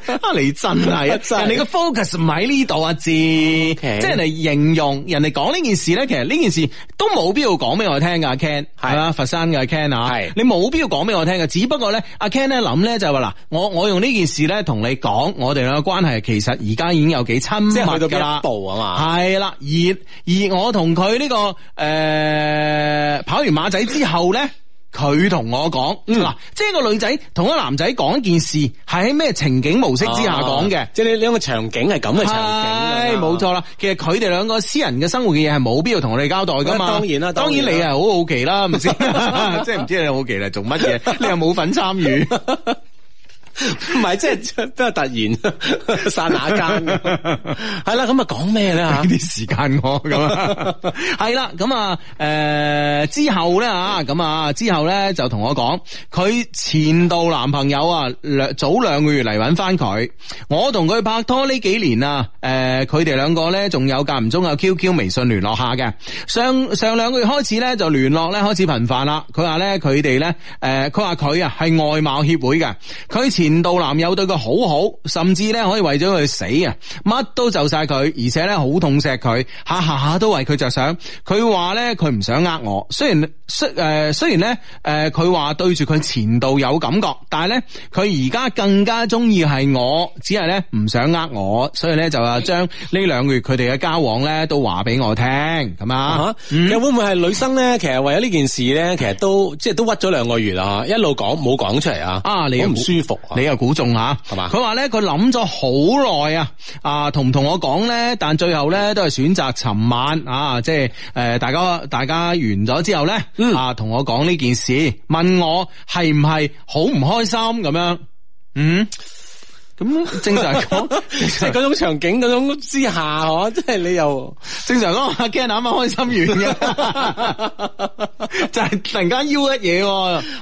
S1: 啊你真係
S3: 真係
S1: 人哋個 focus 唔喺呢度啊，志，即係人哋形容人哋講呢件事咧，其實呢件事都冇必要講俾我聽噶，Ken 係啦，佛山嘅 Ken 啊，
S3: 係
S1: 你冇必要講俾我聽嘅，只不過咧，阿 Ken 咧諗咧就係話嗱，我我用呢件事咧同你講，我哋兩個關係其實而家已經有幾親
S3: 即係去
S1: 密
S3: 到
S1: 噶
S3: 邊
S1: 啦
S3: 一。步啊嘛？
S1: 係啦，而而我同佢呢個诶、呃跑完馬仔之後咧。佢同我講
S3: 嗯
S1: 嗱、即係個女仔同一個男仔講一件事，係喺咩情景模式之下講嘅
S3: 啊，即係呢兩個場景係咁嘅場景
S1: 係
S3: 㗎嘛，
S1: 冇錯啦。其實佢哋兩個私人嘅生活嘅嘢係冇必要同我哋交代噶嘛。
S3: 啊當然啦
S1: 當
S3: 當
S1: 然
S3: 然啦
S1: 你係好好奇啦，唔 知即係唔知你好奇嚟做乜嘢，你又冇份參與。
S3: 唔係 即係都係突然 刹那間嘅，係啦，咁啊講咩咧吓
S1: 俾？啲時間我咁啊， 係啦，咁啊，诶、之後咧啊，咁啊，之後咧就同我講，佢前度男朋友啊，兩早兩個月嚟揾翻佢，我同佢拍拖呢幾年啊，诶、佢哋兩個咧仲有間唔中有 QQ、微信聯絡下嘅，上上兩個月開始咧就聯絡咧開始頻繁啦，佢話咧佢哋咧，诶、佢話佢啊係外貌協會嘅，佢前前度男友對佢好好，甚至咧可以為咗佢死啊，乜都就晒佢，而且咧好痛錫佢，下下下都為佢着想。佢話咧佢唔想呃我，雖然雖誒、呃雖然咧誒佢話對住佢前度有感覺，但係咧佢而家更加中意係我，只係咧唔想呃我，所以咧就話將呢兩個月佢哋嘅交往咧都話俾我聽，咁啊
S3: 啊，其實會唔會係女生咧？其實為咗呢件事咧，其實都即係都屈咗兩個月啦，一路講冇講出嚟啊，
S1: 啊，你又
S3: 好唔舒服啊
S1: 你又估中吓，
S3: 係嘛
S1: 佢話咧，佢諗咗好耐啊，啊，同唔同我講咧？但最後咧都係選擇尋晚啊，即係誒、呃大家大家完咗之後咧，啊，同我講呢件事，問我係唔係好唔開心咁樣，嗯。咁正常講，
S3: 即係嗰種場景嗰種之下，嗬，即係你又
S1: 正常講，阿 Ken 啱啱開心完嘅， 就係突然間腰一嘢喎，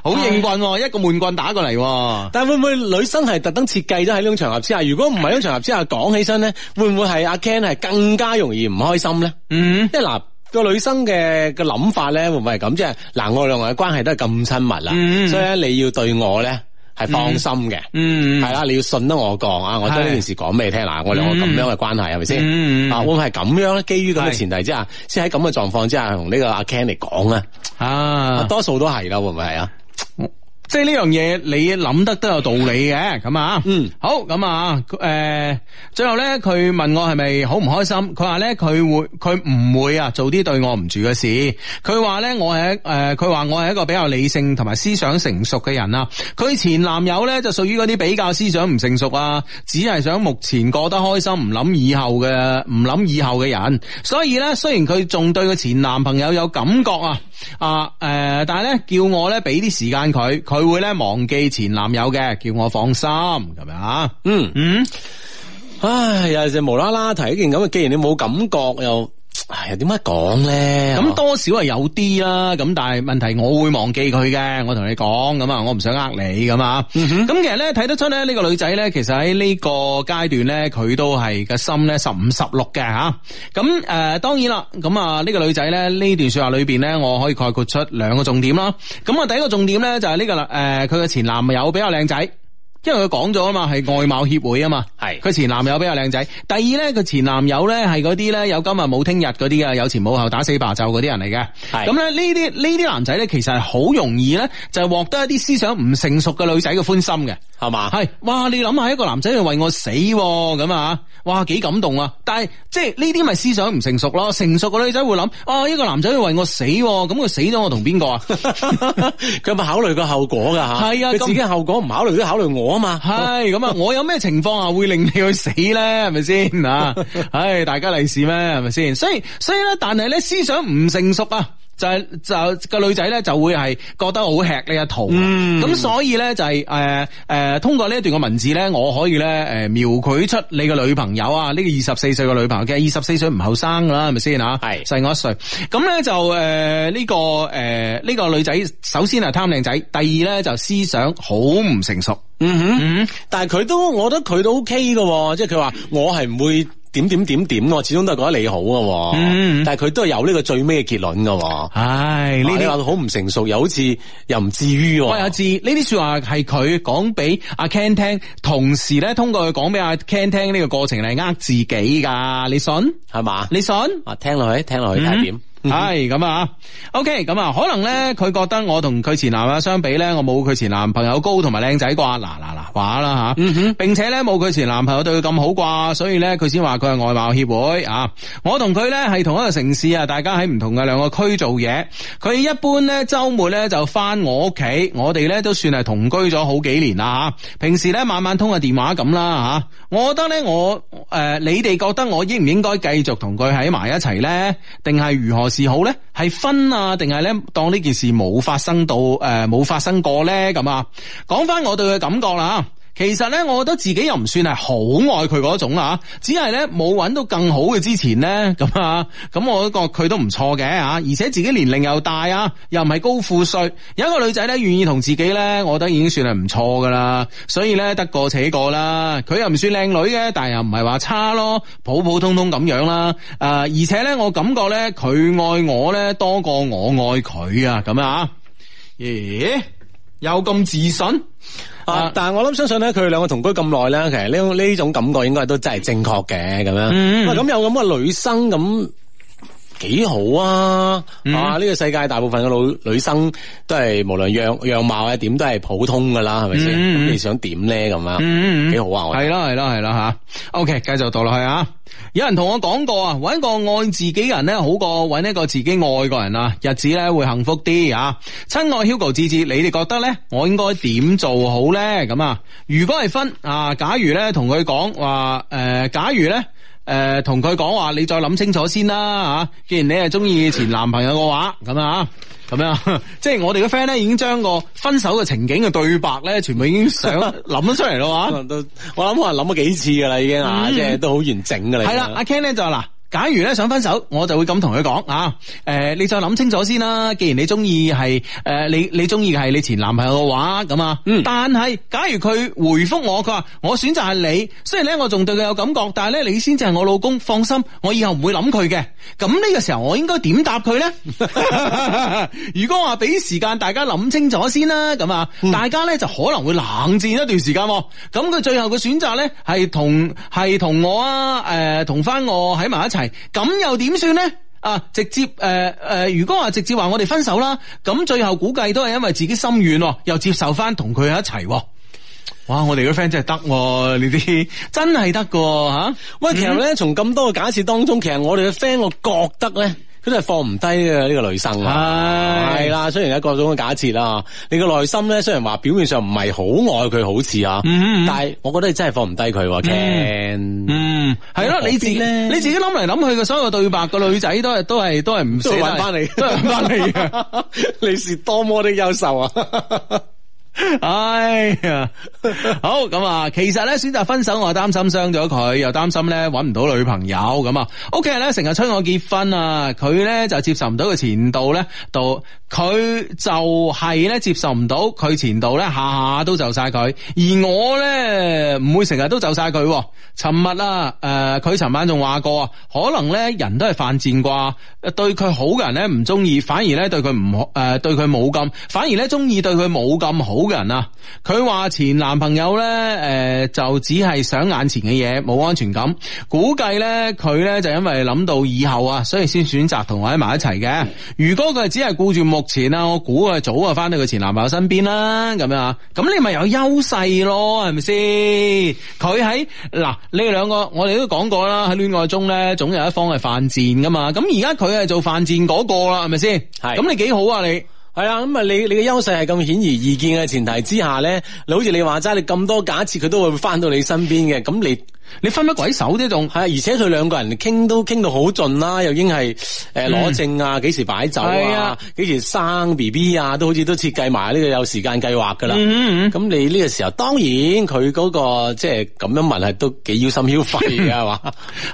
S1: 好應棍喎，一個悶棍打過嚟喎。
S3: 但會唔會女生係特登設計咗喺呢種場合之下？如果唔係呢種場合之下講起身咧，會唔會係阿 Ken 係更加容易唔開心咧？
S1: 嗯，
S3: 即係嗱。個女生嘅嘅諗法咧，會唔會係咁？即係嗱，我哋兩個嘅關係都係咁親密啦，
S1: 嗯
S3: 所以咧你要對我咧係放心嘅，
S1: 嗯
S3: 係啦，你要信得我講啊，我將呢件事講俾你聽嗱，我兩個咁樣嘅關係係咪
S1: 嗯
S3: 先？啊，會唔會係咁樣咧？基於咁嘅
S1: 係
S3: 前提之下，先喺咁嘅狀況之下，同呢個阿 Ken 嚟講咧，
S1: 啊
S3: 啊多數都係啦，會唔會係啊？
S1: 即係呢樣嘢，你諗得都有道理嘅，咁啊，
S3: 嗯，
S1: 好，咁啊，誒、最後咧，佢問我係咪好唔開心，佢話咧佢會，佢唔會啊，做啲對我唔住嘅事，佢話咧我係一誒，佢、話我係一個比較理性同埋思想成熟嘅人啊，佢前男友咧就屬於嗰啲比較思想唔成熟啊，只係想目前過得開心，唔諗以後嘅，唔諗以後嘅人，所以咧雖然佢仲對佢前男朋友有感覺啊。啊，誒、但係咧叫我咧俾啲時間佢，佢會咧忘記前男友嘅，叫我放心咁樣啊。
S3: 嗯，
S1: 嗯，
S3: 唉，又就無啦啦提一件咁嘅，既然你冇感覺又，唉，又點解講咧？
S1: 咁多少係有啲啦，咁但係問題我會忘記佢嘅，我同你講咁啊，我唔想呃你咁啊。咁、其實咧睇得出咧，呢、個女仔咧，其實喺呢個階段咧，佢都係個心咧十五十六嘅吓。咁誒、呃，當然啦，咁啊呢個女仔咧呢段說話裏邊咧，我可以概括出兩個重點啦。咁啊第一個重點咧就係呢、個啦，誒、佢嘅前男友比較靚仔。因為佢講咗啊嘛，係外貌協會啊嘛，
S3: 係
S1: 佢前男友比較靚仔。第二咧，佢前男友咧係嗰啲咧有今日冇聽日嗰啲啊，有前冇後打死罷就嗰啲人嚟嘅。
S3: 係
S1: 咁咧呢啲呢啲男仔咧，其實係好容易咧就係獲得一啲思想唔成熟嘅女仔嘅歡心嘅。
S3: 係嘛？
S1: 係，哇！你諗下一個男仔去為我死喎咁啊，哇，幾感動啊！但係即係呢啲咪思想唔成熟咯，成熟嘅女仔會諗，啊，一個男仔去為我死喎，咁佢死咗我同邊個啊？
S3: 佢有冇考慮過後果噶吓？
S1: 係啊
S3: 佢
S1: 咁
S3: 自己嘅後果唔考慮都考慮我啊嘛。
S1: 係咁啊！我有咩情況下會令你去死咧？係咪先啊？唉，大家利是咩？係咪先？所以所以咧，但係咧思想唔成熟啊！就係就個女仔咧就會係覺得好吃呢一套，啊咁、所以咧就係誒誒通過呢一段嘅文字咧，我可以咧誒、呃描繪出你嘅女朋友啊，呢、個二十四歲嘅女朋友嘅二十四歲唔後生㗎啦，係咪先啊？
S3: 係
S1: 細我一歲，咁咧就誒呃呢、個誒呢、個女仔首先係貪靚仔，第二咧就思想好唔成熟。
S3: 嗯哼，但係佢都，我覺得佢都 OK 噶喎，即係佢話我係唔會點點點點喎，我始終都係覺得你好噶喎。
S1: 嗯
S3: 但係佢都係有呢個最尾嘅結論噶喎。
S1: 唉，呢
S3: 呢
S1: 啲
S3: 啲話佢好唔成熟，又好似又唔至於
S1: 喂阿
S3: 喎。
S1: 志，呢啲说話係佢講俾阿 Ken 聽，同時咧通過佢講俾阿 Ken 聽呢個過程係呃自己㗎，你信？
S3: 係嘛？
S1: 你信？
S3: 啊，聽落去，聽
S1: 嗯
S3: 落去睇下點。嗯
S1: 係咁啊，OK，咁啊，可能咧佢覺得我同佢前男友相比咧，我冇佢前男朋友高同埋靚仔啩，嗱嗱嗱話啦吓，並且咧冇佢前男朋友對佢咁好啩，所以咧佢先話佢係外貌協會啊。我同佢咧係同一個城市啊，大家喺唔同嘅兩個區做嘢。佢一般咧周末咧就翻我屋企，我哋咧都算係同居咗好幾年啦吓。平時咧晚晚通下電話咁啦吓。我覺得咧我誒、呃你哋覺得我應唔應該繼續同佢喺埋一齊咧？定係如何是好咧？係分啊，定係咧當呢件事冇發生到誒冇、發生過咧咁啊？講翻我對佢嘅感覺啦。其實咧，我覺得自己又唔算係好愛佢嗰種啊，只係咧冇揾到更好嘅之前咧，咁啊， 咁我覺得佢都唔錯嘅啊，而且自己年齡又大啊，又唔係高富帥，有一個女仔咧願意同自己咧，我覺得已經算係唔錯噶啦，所以咧得過且過啦，佢又唔算靚女嘅，但係又唔係話差咯，普普通通咁樣啦，誒、而且咧我感覺咧佢愛我咧多過我愛佢啊，咁啊，咦、有咁自信？
S3: 啊！但系我諗相信咧，佢哋兩個同居咁耐啦，其實呢種呢種感覺應該都真係正確嘅咁樣。
S1: 嗯
S3: 喂咁有咁嘅女生咁。幾好啊！啊，呢、個世界大部分嘅女女生都係無論樣樣貌啊點都係普通噶啦，係咪先？
S1: 嗯嗯
S3: 咁你想點咧咁啊？
S1: 嗯嗯嗯
S3: 幾好啊！我
S1: 系啦系啦系啦吓，OK，繼續讀落去啊！有人同我講過啊，揾個愛自己嘅人咧，好過揾一個自己愛嘅人啊，日子咧會幸福啲啊！親愛 Hugo 志志，你哋覺得咧，我應該點做好咧？咁啊，如果係分啊，假如咧同佢講話诶，假如咧。诶，同佢講話，你再諗清楚先啦吓、啊既然你係中意前男朋友嘅話，咁啊， 咁樣，即係我哋嘅 friend 咧已經將個分手嘅情景嘅對白咧，全部已經想 諗咗出嚟咯啊
S3: 可！能都我諗可能諗咗幾次噶啦，已經啊，即係都好完整噶啦。
S1: 系啦，阿 Ken 咧就話嗱。假如咧想分手，我就會咁同佢講啊，诶、你再諗清楚先啦。既然你中意係诶，你你中意嘅係你前男朋友嘅話，咁啊，
S3: 嗯
S1: 但係假如佢回覆我，佢話我選擇係你，雖然咧我仲對佢有感覺，但係咧你先至係我老公，放心，我以後唔會諗佢嘅。咁呢個時候我應該點答佢咧？ 如果話俾時間大家諗清楚先啦，咁啊，
S3: 嗯
S1: 大家咧就可能會冷戰一段時間喎。咁佢最後嘅選擇咧係同係同我啊，诶、同翻我喺埋一齊，咁又點算咧？啊！直接誒誒、呃呃如果話直接話我哋分手啦，咁最後估計都係因為自己心軟喎，又接受翻同佢喺一齊喎。哇！我哋嘅 friend 真係得喎，呢啲真係得㗎嚇。
S3: 喂，其實咧，從咁多嘅假設當中，其實我哋嘅 friend，我覺得咧，佢都係放唔低嘅呢個女生
S1: 嗯
S3: 啊。
S1: 係
S3: 係啦，雖然有各種嘅假設啦，你嘅內心咧，雖然話表面上唔係好愛佢，好似啊，
S1: 嗯嗯嗯
S3: 但係我覺得你真係放唔低佢喎，Ken。
S1: 嗯，系咯，
S3: 何必
S1: 你自己
S3: 呢
S1: 你自己谂嚟諗去嘅所有對白，個女仔都係都係都係唔捨
S3: 都
S1: 得
S3: 揾翻你，
S1: 都係揾翻你嘅。
S3: 你，你是多麼的優秀啊！
S1: 唉哎呀， 好咁啊，其實咧選擇分手，我擔心傷咗佢，又擔心咧揾唔到女朋友咁啊。屋企人咧成日催我結婚啊，佢咧就接受唔到佢前度咧，度佢就係咧接受唔到佢前度咧下下都就晒佢，而我咧唔會成日都就晒佢喎。尋日啦，诶、佢尋晚仲話過啊，可能咧人都係犯賤啩，對佢好嘅人咧唔中意，反而咧對佢唔好，诶、對佢冇咁，反而咧中意對佢冇咁好嘅人啊。佢話前男朋友咧，诶、就只係想眼前嘅嘢，冇安全感，估計咧佢咧就因為諗到以後啊，所以先選擇同我喺埋一齊嘅。如果佢只係顧住目前啊，我估佢早啊翻到佢前男朋友身邊啦，咁樣啊，咁你咪有優勢咯，係咪先？佢喺嗱，你哋兩個我哋都講過啦，喺戀愛中咧，總有一方係犯賤噶嘛。咁而家佢係做犯賤嗰個啦，係咪先？
S3: 係
S1: 咁你幾好啊你？
S3: 系啦，咁啊，你你嘅優勢係咁顯而易見嘅前提之下咧，你好似你話齋，你咁多假設佢都會翻到你身邊嘅，咁你
S1: 你分乜鬼手啫仲？
S3: 系，而且佢兩個人傾都傾到好盡啦，又已經係诶攞證啊，幾時擺酒
S1: 係啊
S3: 啊，幾時生 B B 啊，都好似都設計埋呢個有時間計劃噶啦。
S1: 嗯 嗯
S3: 咁你呢個時候，當然佢嗰、個即係咁樣問係都幾腰心腰肺嘅係嘛？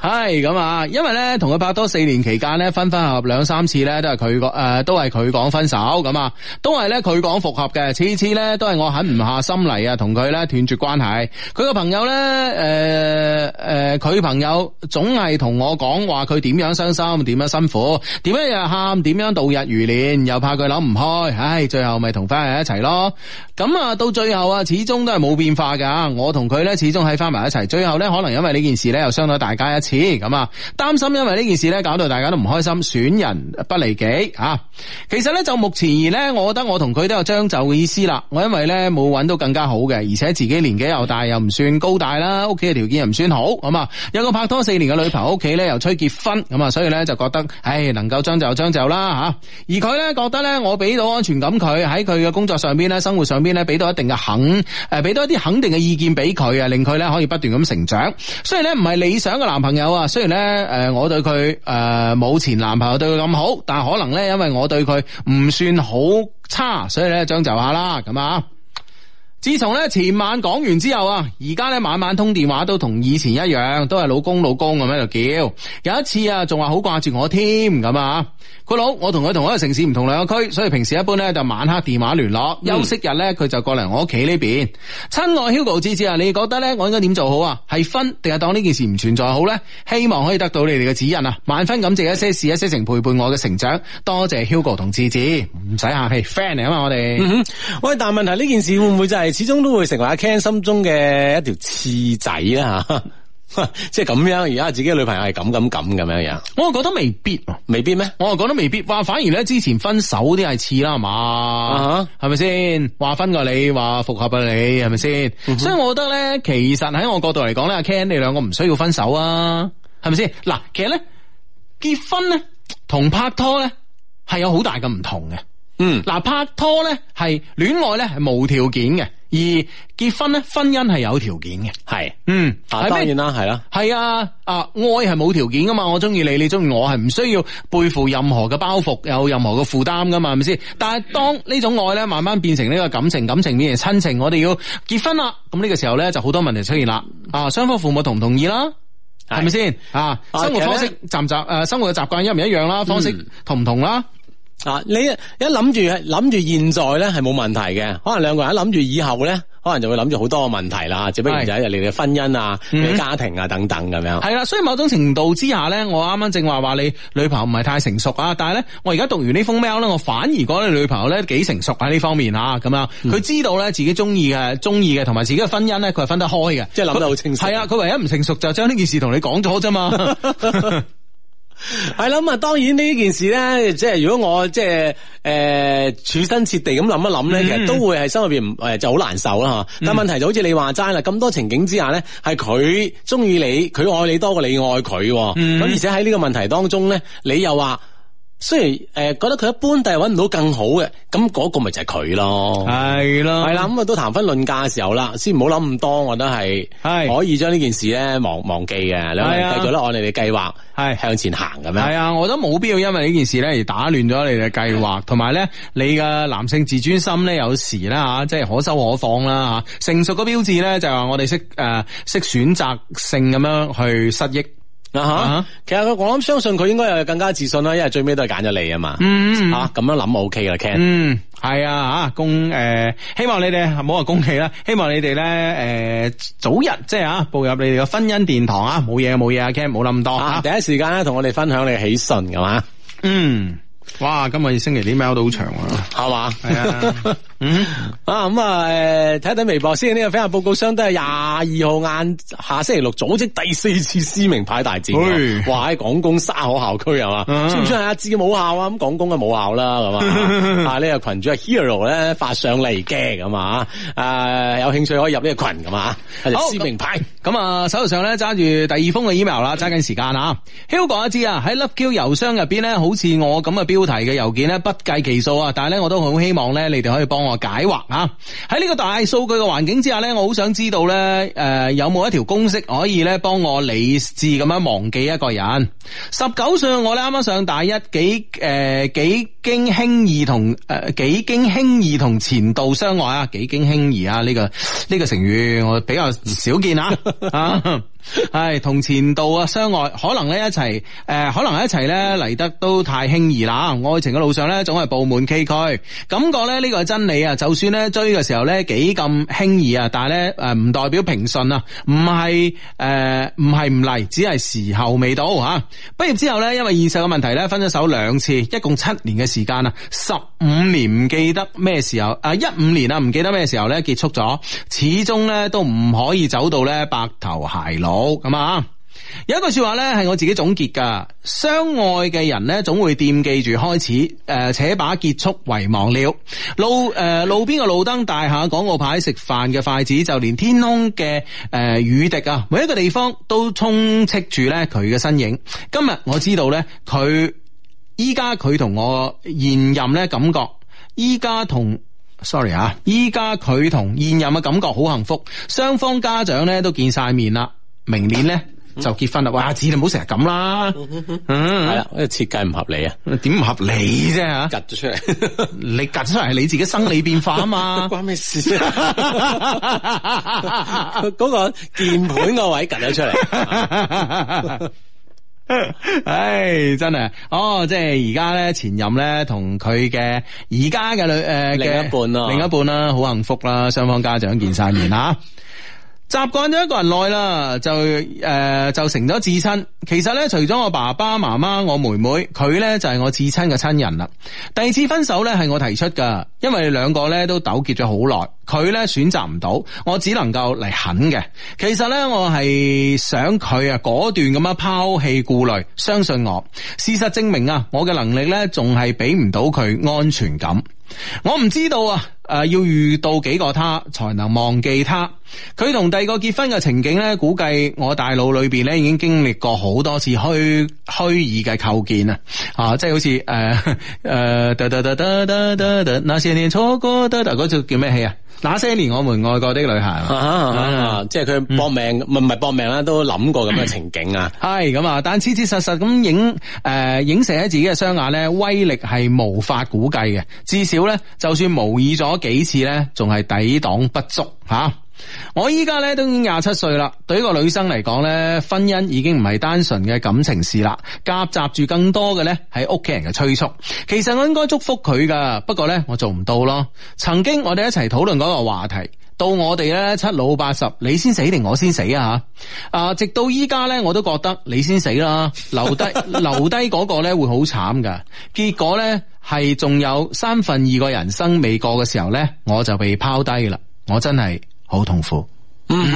S1: 系咁啊，因為咧同佢拍拖四年期間咧，分分合合兩三次咧，都係佢講诶，都係佢講分手咁啊，都係咧佢講復合嘅，次次咧都係我狠唔下心嚟啊，同佢咧斷絕關係。佢個朋友咧，诶、诶，佢、朋友總係同我講話佢點樣傷心，點樣辛苦，點樣日喊，點樣度日如年，又怕佢諗唔開，唉，最後咪同翻喺一齊咯。咁啊，到最後啊，始終都係冇變化噶。我同佢咧始終喺翻埋一齊，最後咧可能因為呢件事咧又傷到大家一次咁啊，擔心因為呢件事咧搞到大家都唔開心，損人不利己啊。其實咧就目前而咧，我覺得我同佢都有將就嘅意思啦。我因為咧冇揾到更加好嘅，而且自己年紀又大又唔算高大啦，屋企嘅條件又唔算好咁啊。有個拍拖四年嘅女朋友屋企咧又催結婚咁啊，所以咧就覺得唉能夠將就將就啦吓、而佢咧覺得咧我俾到安全感佢喺佢嘅工作上邊咧、生活上邊咧俾到一定嘅肯誒，俾到一啲肯定嘅意見俾佢啊，令佢咧可以不斷咁成長。雖然咧唔係理想嘅男朋友啊，雖然咧誒我對佢誒冇前男朋友對佢咁好，但係可能咧因為我對佢唔算好差，所以咧將就下啦咁啊。自從咧前晚講完之後啊，而家咧晚晚通電話都同以前一樣，都係老公老公咁喺度叫。有一次啊，仲話好掛住我添咁啊。佢老我同佢同一個城市唔同兩個區，所以平時一般咧就晚黑電話聯絡，休息日咧佢就過嚟我屋企呢邊。親愛 Hugo 芝芝啊，你覺得咧我應該點做好啊？係分定係當呢件事唔存在好咧？希望可以得到你哋嘅指引啊！萬分感謝一些事一些情陪伴我嘅成長，多謝 Hugo 同芝芝，唔使客氣，friend 嚟啊嘛我哋。
S3: 嗯哼，喂，但係問題呢件事會唔會就係始終都會成為阿 Ken 心中嘅一條刺仔啦吓？ 即係咁樣，而家自己嘅女朋友係咁咁咁咁樣樣，
S1: 我又覺得未必喎，
S3: 未必咩？
S1: 我又哦覺得未必。話反而咧，之前分手啲係似啦，係嘛
S3: 哈？
S1: 係咪先？話分過你，話復合啊你，係咪先？所以我覺得咧，其實喺我角度嚟講咧，阿 Ken 你兩個唔需要分手啊，係咪先？嗱，其實咧結婚咧同拍拖咧係有好大嘅唔同嘅。
S3: 嗯，
S1: 嗱，拍拖咧係戀愛咧係無條件嘅，而結婚咧婚姻係有條件嘅。
S3: 係
S1: 嗯，
S3: 啊，
S1: 係咩
S3: 當然啦，係啦。
S1: 系啊，啊愛係冇條件噶嘛，我中意你，你中意我，係唔需要背負任何嘅包袱，有任何嘅負擔噶嘛，係咪先？但係當呢種愛咧，慢慢變成呢個感情，感情變成親情，我哋要結婚啦，咁呢個時候咧就好多問題出現啦。啊，雙方父母同唔同意啦？
S3: 係
S1: 係咪先？啊，
S3: 啊
S1: 生活方
S3: 其實嗯
S1: 式習唔習诶，生活嘅習慣一唔一樣啦？方式同唔同啦？
S3: 啊！你一諗住諗住現在咧係冇問題嘅，可能兩個人一諗住以後咧，可能就會諗住好多個問題啦。只不過就係你哋嘅婚姻啊、你嘅家庭啊等等咁樣。
S1: 係啦，所以某種程度之下咧，我啱啱正話話你女朋友唔係太成熟啊，但係咧，我而家讀完呢封 mail 咧，我反而覺得你女朋友咧幾成熟喺呢方面啊，咁樣
S3: 嗯
S1: 佢知道咧自己中意嘅、中意嘅，同埋自己嘅婚姻咧，佢係分得開嘅，
S3: 即係諗得好清晰哦
S1: 係啊，佢唯一唔成熟就將呢件事同你講咗啫 嘛。
S3: 係啦，咁啊，當然呢件事咧，即係如果我即係誒處身徹地咁諗一諗咧，
S1: 嗯
S3: 其實都會係心入邊誒就好難受啦嚇。但問題就好似你話齋啦，咁多情景之下咧，係佢中意你，佢愛你多過你愛佢喎。咁、
S1: 嗯
S3: 而且喺呢個問題當中咧，你又話。雖然誒、呃、覺得佢一般，但係揾唔到更好嘅，咁嗰個咪就係佢咯。
S1: 係咯
S3: 係啦，咁啊都談婚論嫁嘅時候啦，先唔好諗咁多，我覺得係
S1: 係
S3: 可以將呢件事咧忘忘記嘅，兩個
S1: 係
S3: 人
S1: 啊
S3: 繼續咧按你哋計劃
S1: 係
S3: 向前行咁樣。
S1: 係啊，我覺得冇必要因為呢件事咧而打亂咗你嘅計劃，同埋咧你嘅男性自尊心咧有時咧吓，即係可收可放啦啊吓。成熟嘅標誌咧就係話我哋識誒識選擇性咁樣去失憶。啊
S3: 啊哈！其實佢我諗相信佢應該有更加自信啦，因為最尾都係揀咗你啊嘛。
S1: 嗯
S3: 啊咁樣諗就 OK 啦，Ken。
S1: 嗯，係啊，吓恭诶，希望你哋唔好話恭喜啦，希望你哋咧诶早日即係啊步入你哋嘅婚姻殿堂啊，冇嘢冇嘢啊，Ken 冇諗咁多
S3: 啊，
S1: 啊
S3: 第。一時間咧同我哋分享你嘅喜訊㗎嘛，
S1: 嗯，哇，今日星期啲 mail 都好長啊。
S3: 係嘛？
S1: 係 啊，嗯，
S3: 啊咁啊，誒睇一睇微博先，呢個 friend 報告箱都係廿二號晏下星期六組織第四次撕名牌大戰喎，
S1: 嘿
S3: 哇！喺廣工沙河校區係嘛，
S1: 嗯
S3: 算唔算係阿志嘅母校啊？咁廣工嘅母校啦，咁啊，啊呢個群主係 Hero 咧發上嚟嘅咁啊，誒有興趣可以入呢個群咁啊，一齊
S1: 好
S3: 撕名牌。
S1: 咁啊，手頭上咧揸住第二封嘅 email 啦，揸緊時間啊。Hugo 一知啊，喺 LoveQ 郵箱入邊咧，好似我咁嘅標題嘅郵件咧，不計其數啊。但係咧，我都好希望咧，你哋可以幫我解惑啊。喺呢個大數據嘅環境之下咧，我好想知道咧，誒、有冇一條公式可以咧幫我理智咁樣忘記一個人？十九歲嘅我咧，啱啱上大一，呃幾誒、幾經輕易同呃誒、幾經輕易同前度相愛啊，幾經輕易啊呢、個呢、個成語我比較少見啊啊。係同前度啊相愛，可能咧一齊誒、可能一齊咧嚟得都太輕易啦。愛情嘅路上咧，總係布滿崎嶇，感覺咧呢個係真理啊。就算咧追嘅時候咧幾咁輕易啊，但係咧誒唔代表平順啊，唔係誒唔係唔嚟，只係時候未到嚇。畢業之後咧，因為現實嘅問題咧，分咗手兩次，一共七年嘅時間啊，十五年唔記得咩時候啊，一五年啊唔記得咩時候咧結束咗，始終咧都唔可以走到咧白頭偕老咁啊。有一句说話咧，係我自己總結噶，相愛嘅人咧，總會惦記住開始，誒、且把結束遺忘了。路誒、路邊嘅路燈、大廈、廣告牌、食飯嘅筷子，就連天空嘅誒、雨滴啊，每一個地方都充斥住咧佢嘅身影。今日我知道咧，佢依家佢同我現任咧感覺，依家同。sorry 啊，依家佢同現任嘅感覺好幸福，雙方家長咧都見晒面啦。明年咧
S3: 嗯
S1: 就結婚啦。哇，子你唔好成日咁啦，
S3: 系
S1: 嗯，
S3: 啦，呢個啊設計唔合理啊，
S1: 點唔合理啫吓？
S3: 趌咗出嚟，
S1: 你隔出嚟係你自己生理變化啊嘛。
S3: 關咩事啊？嗰個鍵盤個位趌咗出嚟，
S1: 唉，真係哦，即係而家咧前任咧同佢嘅而家嘅女诶
S3: 另一半啊
S1: 另一半啦，好幸福啦，雙方家長見晒面啦。習慣咗一個人耐啦，就诶、呃就成咗至親。其實咧，除咗我爸爸媽媽、我妹妹，佢咧就係我至親嘅親人啦。第二次分手咧係我提出噶，因為兩個咧都糾結咗好耐，佢咧選擇唔到，我只能夠嚟狠嘅。其實咧，我係想佢啊果斷咁樣拋棄顧慮，相信我。事實證明啊，我嘅能力咧仲係俾唔到佢安全感。我唔知道啊，诶、要遇到幾個他才能忘記他。佢同第二個結婚嘅情景呢，估計我大腦裏边呢已經經歷過好多次虛虛擬嘅構建啊，啊，即係好似诶诶，得得得得得得得，那些年錯過得得嗰套叫咩戲啊？那些年我們愛過的女孩啊
S3: 啊啊即係佢搏命，唔唔係搏命啦，都諗過咁嘅情景啊。
S1: 系咁啊！但切切實實咁影诶影射喺自己嘅雙眼咧，威力係無法估計嘅。至少咧，就算模擬咗幾次咧，仲係抵擋不足吓。我依家咧都已經廿七歲啦，對一個女生嚟講咧，婚姻已經唔係單純嘅感情事啦，夾雜住更多嘅咧係屋企人嘅催促。其實我應該祝福佢噶，不過咧我做唔到咯。曾經我哋一齊討論嗰個話題。到我哋咧七老八十，你先死定我先死啊吓！啊，直到依家咧，我都覺得你先死啦，留低留低嗰個咧會好慘噶。結果咧係仲有三分二個人生未過嘅時候咧，我就被拋低啦，我真係好痛苦。
S3: 嗯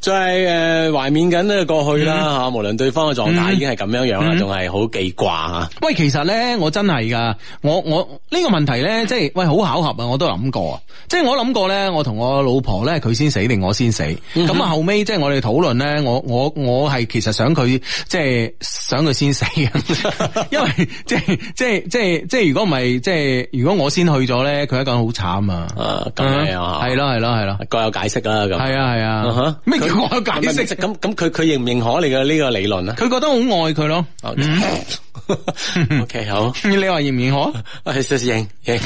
S3: 就係诶呃懷缅緊呢個過去啦吓，無論對方嘅狀態已經係咁樣樣啦，仲係好記掛啊吓。
S1: 喂，其實咧，我真係噶，我我呢、個問題咧，即係喂好巧合啊，我都諗過啊，即係我諗過咧，我同我老婆咧，佢先死定我先死，
S3: 嗯
S1: 咁啊、後尾即係我哋討論咧，我我我係其實想佢即係想佢先死 嘅，因為即係即係即係即係如果唔係即係如果我先去咗咧，佢一個人好慘啊，
S3: 啊，咁樣樣啊，
S1: 係咯係咯係咯，
S3: 各有解釋啦，咁
S1: 係啊係
S3: 啊
S1: 啊
S3: 哈，
S1: 咩叫我有解
S3: 唔係唔係
S1: 釋？
S3: 咁咁佢佢認唔認可你嘅呢個理論啊
S1: 佢覺得好愛佢咯，
S3: ？O K 好，
S1: 你話認唔認可？
S3: 我係實認 認，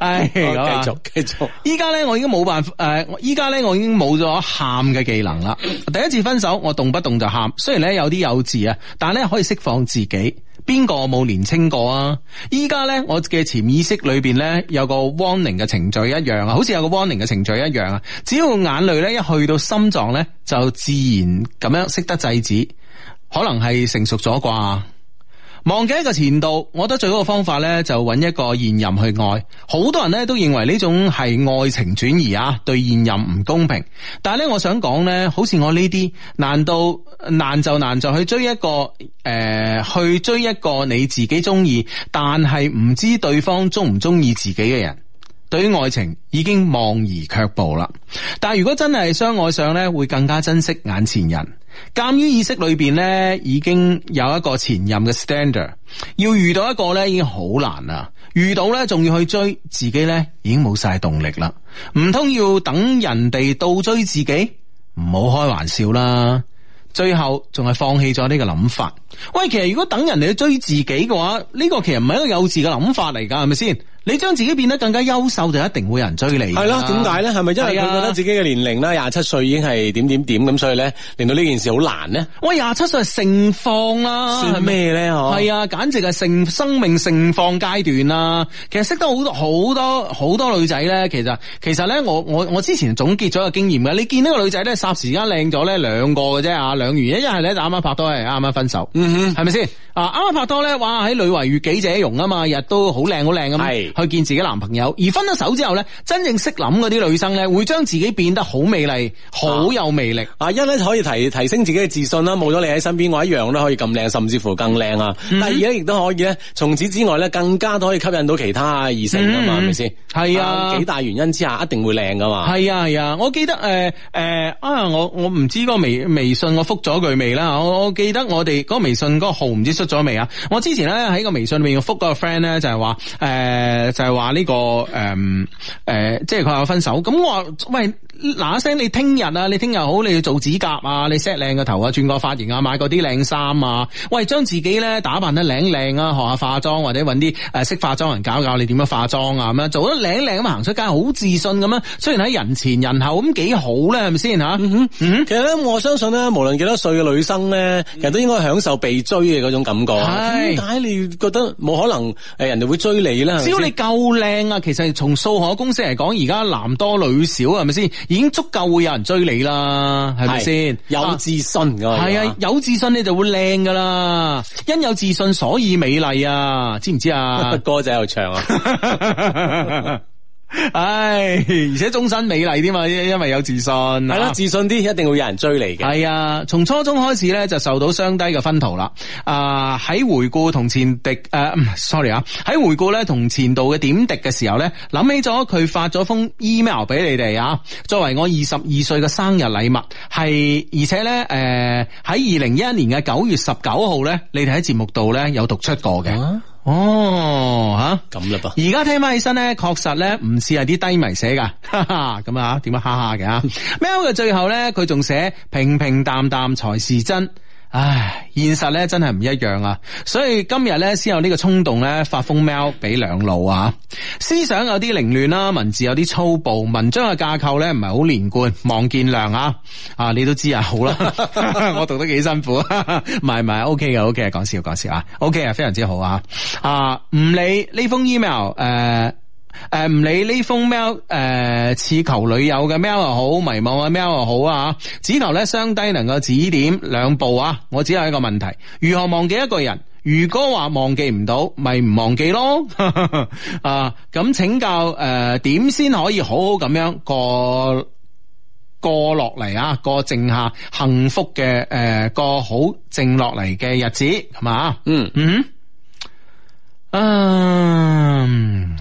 S1: 唉，
S3: 繼
S1: 咁啊
S3: 續繼續。
S1: 依家咧，我已經冇辦法，诶、我依家咧，我已經冇咗喊嘅技能啦。第一次分手，我動不動就喊，雖然咧有啲幼稚啊，但係咧可以釋放自己。邊個冇年青過啊？依家咧，我嘅潛意識裏边咧有個 warning 嘅程序一樣啊，好似有個 warning 嘅程序一樣啊。只要眼淚咧一去到心臟咧，就自然咁樣識得制止，可能係成熟咗啩。忘記一個前度，我覺得最好嘅方法咧就揾一個現任去愛。好多人咧都認為呢種係愛情轉移啊，對現任唔公平。但係咧，我想講咧，好似我呢啲，難道難就難就去追一個诶、呃去追一個你自己中意，但係唔知對方中唔中意自己嘅人。對於愛情已經望而卻步啦。但係如果真係相愛上咧，會更加珍惜眼前人。鑑於意識裏邊咧，已經有一個前任嘅 standard，要遇到一個咧已經好難啦。遇到咧仲要去追，自己咧已經冇晒動力啦。唔通要等人哋倒追自己？唔好開玩笑啦！最後仲係放棄咗呢個諗法。喂，其實如果等人哋去追自己嘅話，呢、個其實唔係一個幼稚嘅諗法嚟㗎，係咪先？你將自己變得更加優秀，就一定會有人追你㗎。
S3: 係啦，點解咧？係咪因為
S1: 啊係
S3: 佢
S1: 啊
S3: 覺得自己嘅年齡啦，廿七歲已經係點點點咁，所以咧令到呢件事好難咧？
S1: 啊喂，廿七歲係盛放啦，係咪？
S3: 咧？嗬
S1: 啊係啊，簡直係盛生命盛放階段啦、其實識得好多好多好多女仔咧，其實其實咧，我我我之前總結咗個經驗嘅，你見呢個女仔咧，霎時間靚咗咧兩個嘅啫啊，兩原因一係咧就啱啱拍拖，一係啱啱分手，嗯哼，係咪先？啊，啱啱拍拖咧，哇喺女為悦己者容啊嘛，日日都好靚好靚
S3: 係
S1: 咁去見自己男朋友，而分咗手之後咧，真正識諗嗰啲女生咧，會將自己變得好美麗，好有魅力。
S3: 啊，一咧可以提提升自己嘅自信啦，冇咗你喺身邊，我一樣都可以咁靚，甚至乎更靚啊！
S1: 嗯
S3: 第二咧，亦都可以咧，從此之外咧，更加都可以吸引到其他異性噶嘛，係
S1: 嗯
S3: 咪先？
S1: 係啊
S3: 幾大原因之下，一定會靚噶嘛。
S1: 系啊系啊，我記得诶诶、啊，我我唔知個微微信我覆咗佢未啦，我我記得我哋嗰個微信嗰個號唔知出咗未啊？我之前咧喺個微信裏面覆嗰個 friend 咧就係話诶就係話呢個诶诶、誒即係佢話分手，咁我話喂嗱一聲，你聽日啊，你聽日好，你要做指甲啊，你 set 靚個頭啊，轉個髮型啊，買嗰啲靚衫啊，喂，將自己咧打扮得靚靚啊，學下化妝或者揾啲誒識化妝人教教你點樣化妝啊，咁樣做得靚靚咁行出街，好自信咁樣，雖然喺人前人後咁幾好咧，係咪先吓？嗯
S3: 其實咧，我相信咧，無論幾多歲嘅女生咧，其實都應該享受被追嘅嗰種感覺。
S1: 係
S3: 點解你覺得冇可能诶人哋會追你咧？
S1: 只要你夠靚啊，其實從數學公式嚟講，而家男多女少係咪先？已經足夠會有人追你啦，係咪先？
S3: 有
S1: 啊
S3: 自信哦噶，
S1: 系啊，有自信你就會靚噶啦，因有自信所以美麗啊，知唔知啊
S3: 不？ 歌仔又唱 啊，
S1: 唉，而且終身美麗添嘛，因因為有自信。係
S3: 係啦，自信啲一定會有人追你嘅。
S1: 系啊，從初中開始咧就受到相低嘅熏陶啦。啊、喺回顧同前敵诶、嗯 s o r r y 啊，喺回顧咧同前度嘅點滴嘅時候咧，諗起咗佢發咗封 email 俾你哋啊，作為我二十二歲嘅生日禮物，係而且咧诶喺二零一一年嘅九月十九號咧，你哋喺節目度咧有讀出過嘅。哦，吓、
S3: 咁啦噃。
S1: 而家聽翻起身咧，確實咧唔似係啲低迷寫噶， 哈哈咁啊，點樣哈哈嘅啊？喵嘅最後咧，佢仲寫平平淡淡才是真。唉，現實咧真係唔一樣啊！所以今日咧先有呢個衝動咧發封 mail 俾兩老啊，思想有啲凌亂啦，文字有啲粗暴，文章嘅架構咧唔係好連貫，望見諒啊！啊，你都知啊，好啦， 我讀得幾辛苦，唔啊係唔係，OK 嘅，OK 嘅，講笑講笑啊，OK 啊，非常之好啊！啊，唔理呢封 email 誒、诶，唔理呢封 mail，诶、似求女友嘅 mail 又好，迷惘嘅 mail 又好啊，只求咧相低能夠指點兩步啊！我只有一個問題，如何忘記一個人？如果話忘記唔到，咪唔忘記咯。啊，咁請教诶，點、先可以好好咁樣過過落嚟啊？過靜下幸福嘅诶、呃，過好靜落嚟嘅日子，係嘛？
S3: 嗯，
S1: 嗯，啊，嗯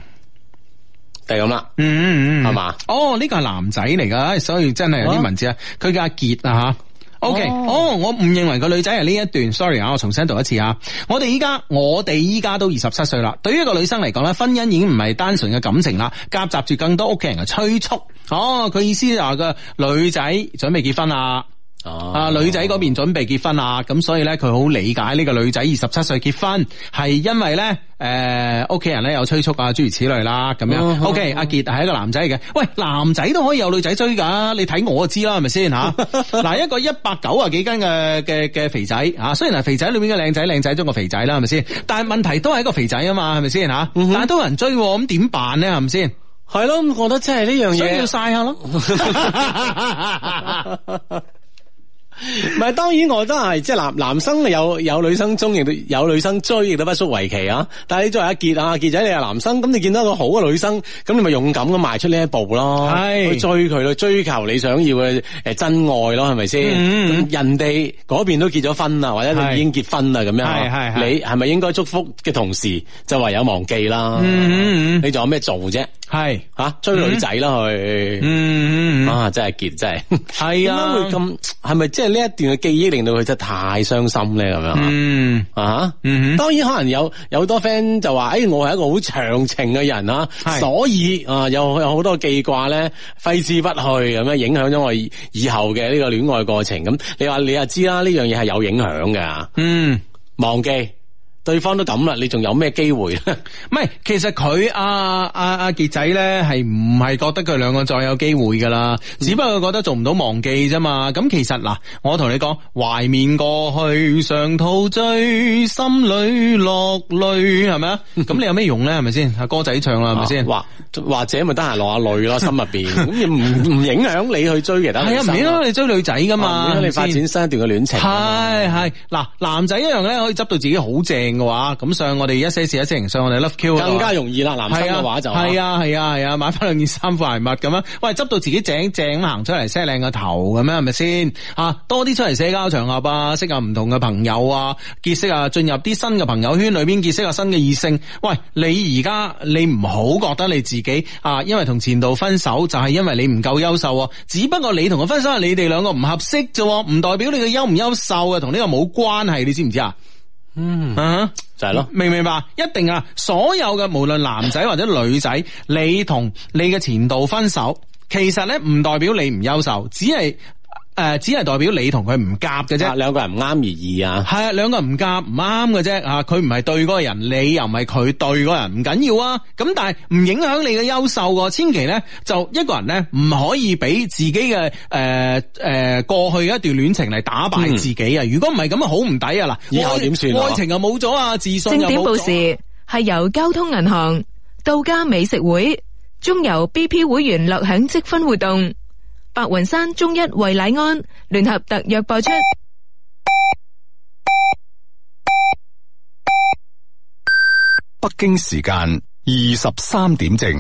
S3: 就係咁啦。
S1: 嗯，
S3: 係嘛？
S1: 哦，呢個係男仔嚟噶，所以真係有啲文字啊，佢叫阿杰啊吓。O K，哦，我誤認為個女仔係呢一段，sorry 啊，我重新讀一次啊。我哋依家，我哋依家都二十七歲啦。對於一個女生嚟講咧，婚姻已經唔係單純嘅感情啦，夾雜住更多屋企人嘅催促。哦，佢意思就係個女仔準備結婚啦。啊，
S3: 啊
S1: 女仔嗰邊準備結婚啦，咁所以咧佢好理解呢個女仔二十七歲結婚，係因為咧誒屋企人咧有催促啊，諸如此類啦，咁樣。
S3: 嗯哼
S1: OK，阿傑係一個男仔嚟嘅，喂，男仔都可以有女仔追㗎，你睇我就知啦，係咪先 嚇？嗱，一個一百九啊幾斤嘅嘅嘅肥仔啊，雖然係肥仔裏面嘅靚仔，靚仔中個肥仔啦，係咪先？但係問題都係一個肥仔啊嘛，係咪先嚇？但係都有人追喎，咁點辦咧？係咪先？
S3: 係咯，我覺得真係呢樣
S1: 所以要
S3: 嘢。
S1: 晒 下咯。
S3: 唔係，當然我都係即係男男生有有女生中，亦都有女生追，亦都不足為奇啊！但係你作為阿傑啊，阿傑仔你係男生，咁你見到一個好嘅女生，咁你咪勇敢咁邁出呢一步咯，
S1: 係
S3: 去追佢咯，追求你想要嘅誒真愛咯，係咪先？
S1: 嗯
S3: 咁人哋嗰邊都結咗婚啦，或者
S1: 係
S3: 佢已經結婚啦，咁樣啊
S1: 係係係
S3: 你係咪應該祝福嘅同時就唯有忘記啦？
S1: 嗯嗯嗯
S3: 你仲有咩做啫？
S1: 係，
S3: 吓、追女仔啦佢。
S1: 嗯嗯嗯，
S3: 啊！真係傑，真係
S1: 係啊
S3: 點解會咁？係咪即係呢一段嘅記憶令到佢真係太傷心咧？咁樣、
S1: 嗯
S3: 啊？
S1: 嗯哼。
S3: 當然可能有有好多 friend 就話：，誒、我係一個好長情嘅人啊，
S1: 係
S3: 所以啊，有有好多記掛咧，揮之不去咁樣，影響咗我以以後嘅呢個戀愛過程。咁你話你又知啦，呢樣嘢係有影響㗎，
S1: 嗯，
S3: 忘記對方都咁啦，你仲有咩機會咧？
S1: 唔係，其實佢啊阿阿阿杰仔咧係唔係覺得佢兩個再有機會噶啦？
S3: 嗯
S1: 只不過覺得做唔到忘記啫嘛。咁其實嗱，我同你講，懷緬過去，常陶醉，心裏落淚，係咪 啊？咁你有咩用咧？係咪先？阿歌仔唱啦，係咪先？
S3: 或啊或者咪得閒落下淚咯，心入邊咁亦唔唔影響你去追其他
S1: 係啊，唔
S3: 女
S1: 影
S3: 生
S1: 響你追女仔噶
S3: 啊
S1: 嘛？
S3: 唔影響你
S1: 係咪
S3: 發展
S1: 先
S3: 新一段嘅戀情。啊
S1: 係係嗱，男仔一樣咧可以執到自己好正嘅話，咁上我哋一些事一些情，上我哋 Love Q 嗰度啊
S3: 更加容易啦，男生嘅話就
S1: 係啊係啊係啊，買翻兩件衫褲鞋襪咁樣，喂，執到自己正正咁行出嚟 set 靚個頭咁樣係咪先？啊，多啲出嚟社交場合啊，識下唔同嘅朋友啊，結識啊，進入啲新嘅朋友圈裏邊結識下新嘅異性。喂，你而家你唔好覺得你自己啊，因為同前度分手就係因為你唔夠優秀，喎。只不過你同佢分手係你哋兩個唔合適啫喎，唔代表你嘅優唔優秀啊，同呢個冇關係，你知唔知啊？嗯啊。
S3: 就係咯。
S1: 明唔明白？一定啊！所有嘅無論男仔或者女仔，你同你嘅前度分手。其實咧唔代表你唔優秀，只係诶、呃只係代表你同佢唔夾嘅啫
S3: 啊。兩個人唔啱而已啊。
S1: 系啊，兩個人唔夾唔啱嘅啫啊！佢唔係對嗰個人，你又唔係佢對嗰個人，唔緊要啊。咁但係唔影響你嘅優秀喎，千祈咧就一個人咧唔可以俾自己嘅诶诶过去一段戀情嚟打敗自己啊！如果唔係咁啊，好唔抵啊！嗱，
S3: 嗯以後點算啊
S1: 愛愛情又冇咗啊，自信
S4: 正
S1: 又冇
S4: 點報
S1: 咗啊。
S4: 時係由交通銀行、道家美食會、中油 BP 會員樂享積分活動、白雲山中一惠禮安聯合特約播出。
S5: 北京時間二十三點正。